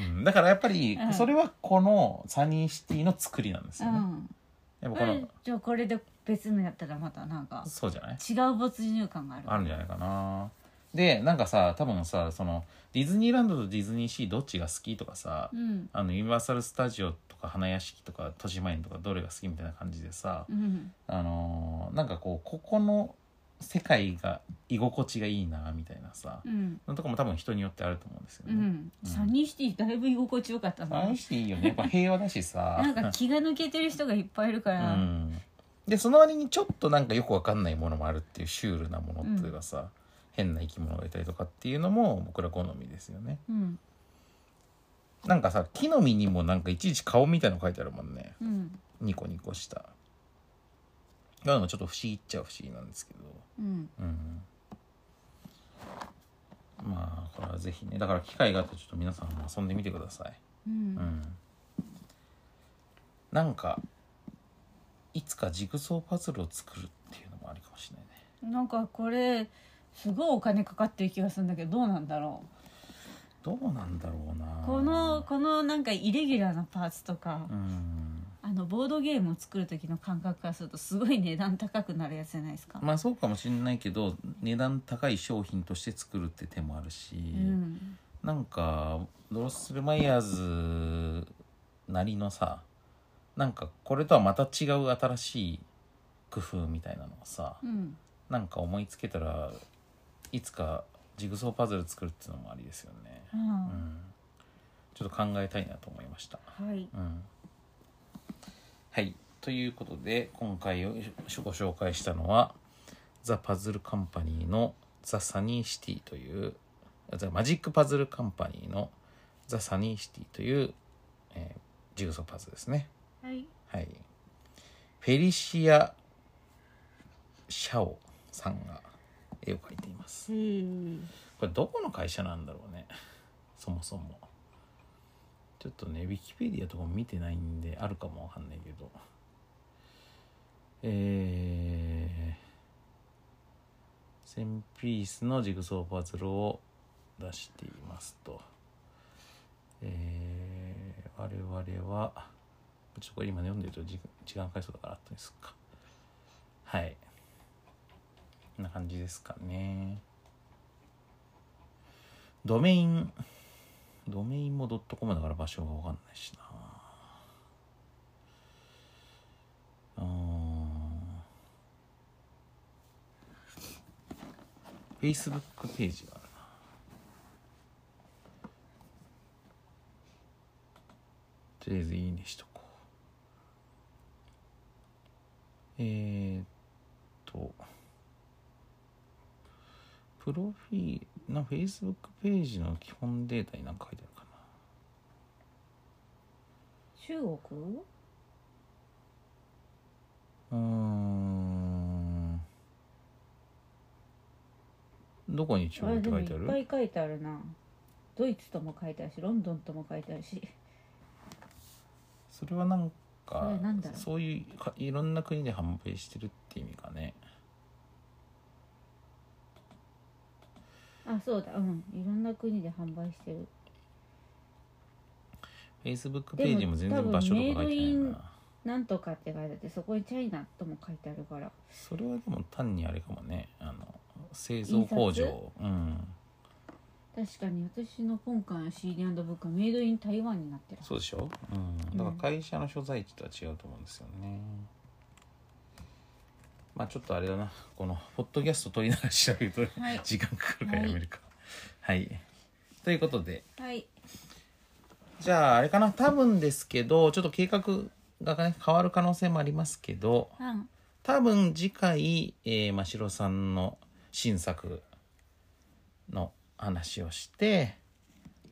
S1: うん、だからやっぱり
S3: うん
S1: それはこのサニーシティの作りなんです
S3: う
S1: よね、
S3: ん
S1: やっぱ
S3: こ
S1: こ
S3: れ
S1: の
S3: じゃあこれで別のやったらまたなんか
S1: そうじゃない
S3: 違う没入感がある
S1: あるんじゃないかなでなんかさ多分さそのディズニーランドとディズニーシーどっちが好きとかさ、
S3: うん
S1: あのユニバーサル・スタジオとか花屋敷とか豊島園とかどれが好きみたいな感じでさ、
S3: うん
S1: あのーなんかこうここの世界が居心地がいいなみたいなさ、
S3: うん
S1: のとこも多分人によってあると思うんですよ
S3: う
S1: ね。
S3: んサニーシティだいぶ居心地よかった
S1: あ
S3: な
S1: の人いいよねやっぱ平和だしさ
S3: なんか気が抜けてる人がいっぱいいるか
S1: う
S3: ら、
S1: ん、でその割にちょっとなんかよくわかんないものもあるっていうシュールなものというかさ、変な生き物がいたりとかっていうのも僕ら好みですよね
S3: うん
S1: なんかさ木の実にもなんかいちいち顔みたいの書いてあるもんね
S3: うん
S1: ニコニコしたなのもちょっと不思議っちゃ不思議なんですけど
S3: うん
S1: うんまあこれはぜひねだから機会があってちょっと皆さんも遊んでみてください
S3: うん
S1: うんなんかいつかジグソーパズルを作るっていうのもありかもしれないね
S3: なんかこれすごいお金かかってる気がするんだけどどうなんだろ
S1: どうなんだろうな
S3: うこのこのなんかイレギュラーなパーツとか、
S1: うん
S3: あのボードゲームを作る時の感覚からするとすごい値段高くなるやつじゃないですか、
S1: まあそうかもしれないけど値段高い商品として作るって手もあるし、
S3: うん
S1: なんかドロッセルマイヤーズなりのさなんかこれとはまた違う新しい工夫みたいなのをさ、
S3: うん
S1: なんか思いつけたらいつかジグソーパズル作るっていうのもありですよね、
S3: う
S1: うんん、ちょっと考えたいなと思いました、
S3: はい
S1: うん、はいということで今回ご紹介したのはザ・パズルカンパニーのザ・サニーシティというザ・マジック・パズルカンパニーのザ・サニーシティという、えージグソーパズルですね
S3: はい
S1: はい。フェリシア・シャオさんが絵を描いています。これどこの会社なんだろうね。そもそも。ちょっとね、ウィキペディアとかも見てないんで、あるかもわかんないけど。えー、1000ピースのジグソーパズルを出していますと。えー、我々は、ちょっとこれ今読んでると時時間かかりそうだから後にすっか。はい。こんな感じですかね。ドメイン、ドメインもドットコムだから場所がわかんないしな。うーん。Facebook ページがあるな。とりあえずいいねしとこう。えーっと、プロフィール、な、Facebook ページの基本データに何か書いてあるかな。
S3: 中国
S1: うーん。どこに注
S3: あれ
S1: 文っ
S3: で
S1: て書いてあ
S3: もいっ
S1: る
S3: ぱい書いてあるなドイツとも書いてあるしロンドンとも書いてあるし
S1: それはなん
S3: そ
S1: か
S3: れなんだろう
S1: そういうかいろんな国で販売してるって意味かね。
S3: あそうだうんいろんな国で販売してる
S1: Facebook
S3: で
S1: ペ
S3: も
S1: ージも全然場所とか書いてない
S3: 多分メイドイン
S1: な。
S3: なんとかって書いてあってそこにチャイナとも書いてあるから
S1: それはでも単にあれかもね。あの製造工
S3: 印
S1: 場。うん。
S3: 確かに私の今回の CD& ブックはメイドイン台湾になってる
S1: そうでしょ、うん、だから会社の所在地とは違うと思うんですよね、まあちょっとあれだなこのポッドキャスト取りながら調べると、
S3: はい
S1: 時間かかるからやめるかはい、ということで
S3: はい
S1: じゃああれかな多分ですけどちょっと計画がね変わる可能性もありますけど
S3: うん
S1: 多分次回、えー、真城さんの新作の話をして、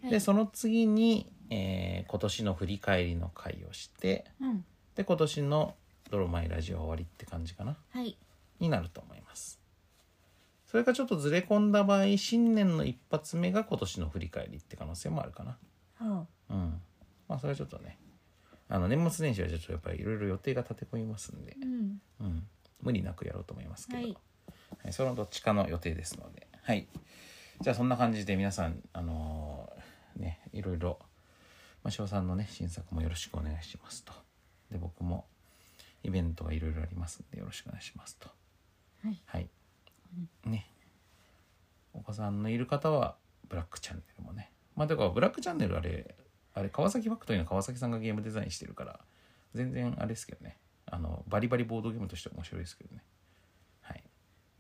S3: はい
S1: でその次に、えー今年の振り返りの会をして
S3: うん
S1: で今年の「ドロマイラジオ」終わりって感じかな
S3: はい
S1: になると思いますそれかちょっとずれ込んだ場合新年の一発目が今年の振り返りって可能性もあるかな
S3: は
S1: うんまあそれはちょっとねあの年末年始はちょっとやっぱりいろいろ予定が立て込みますんで
S3: う、ん
S1: うん、無理なくやろうと思いますけど、
S3: はい
S1: はいそのどっちかの予定ですのではいじゃあそんな感じで皆さんあのーねいろいろまあ翔さんのね新作もよろしくお願いしますとで僕もイベントがいろいろありますんでよろしくお願いしますと
S3: はい、
S1: ねお子さんのいる方はブラックチャンネルもねまあだからブラックチャンネルあれあれ川崎ファクトリーの川崎さんがゲームデザインしてるから全然あれですけどねあのバリバリボードゲームとして面白いですけどねはい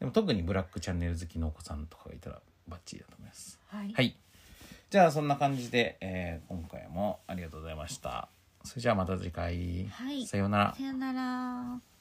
S1: でも特にブラックチャンネル好きのお子さんとかがいたらバッチリだと思います
S3: はい
S1: はいじゃあそんな感じで、えー今回もありがとうございましたそれじゃあまた次回、
S3: はい
S1: さようなら
S3: さよなら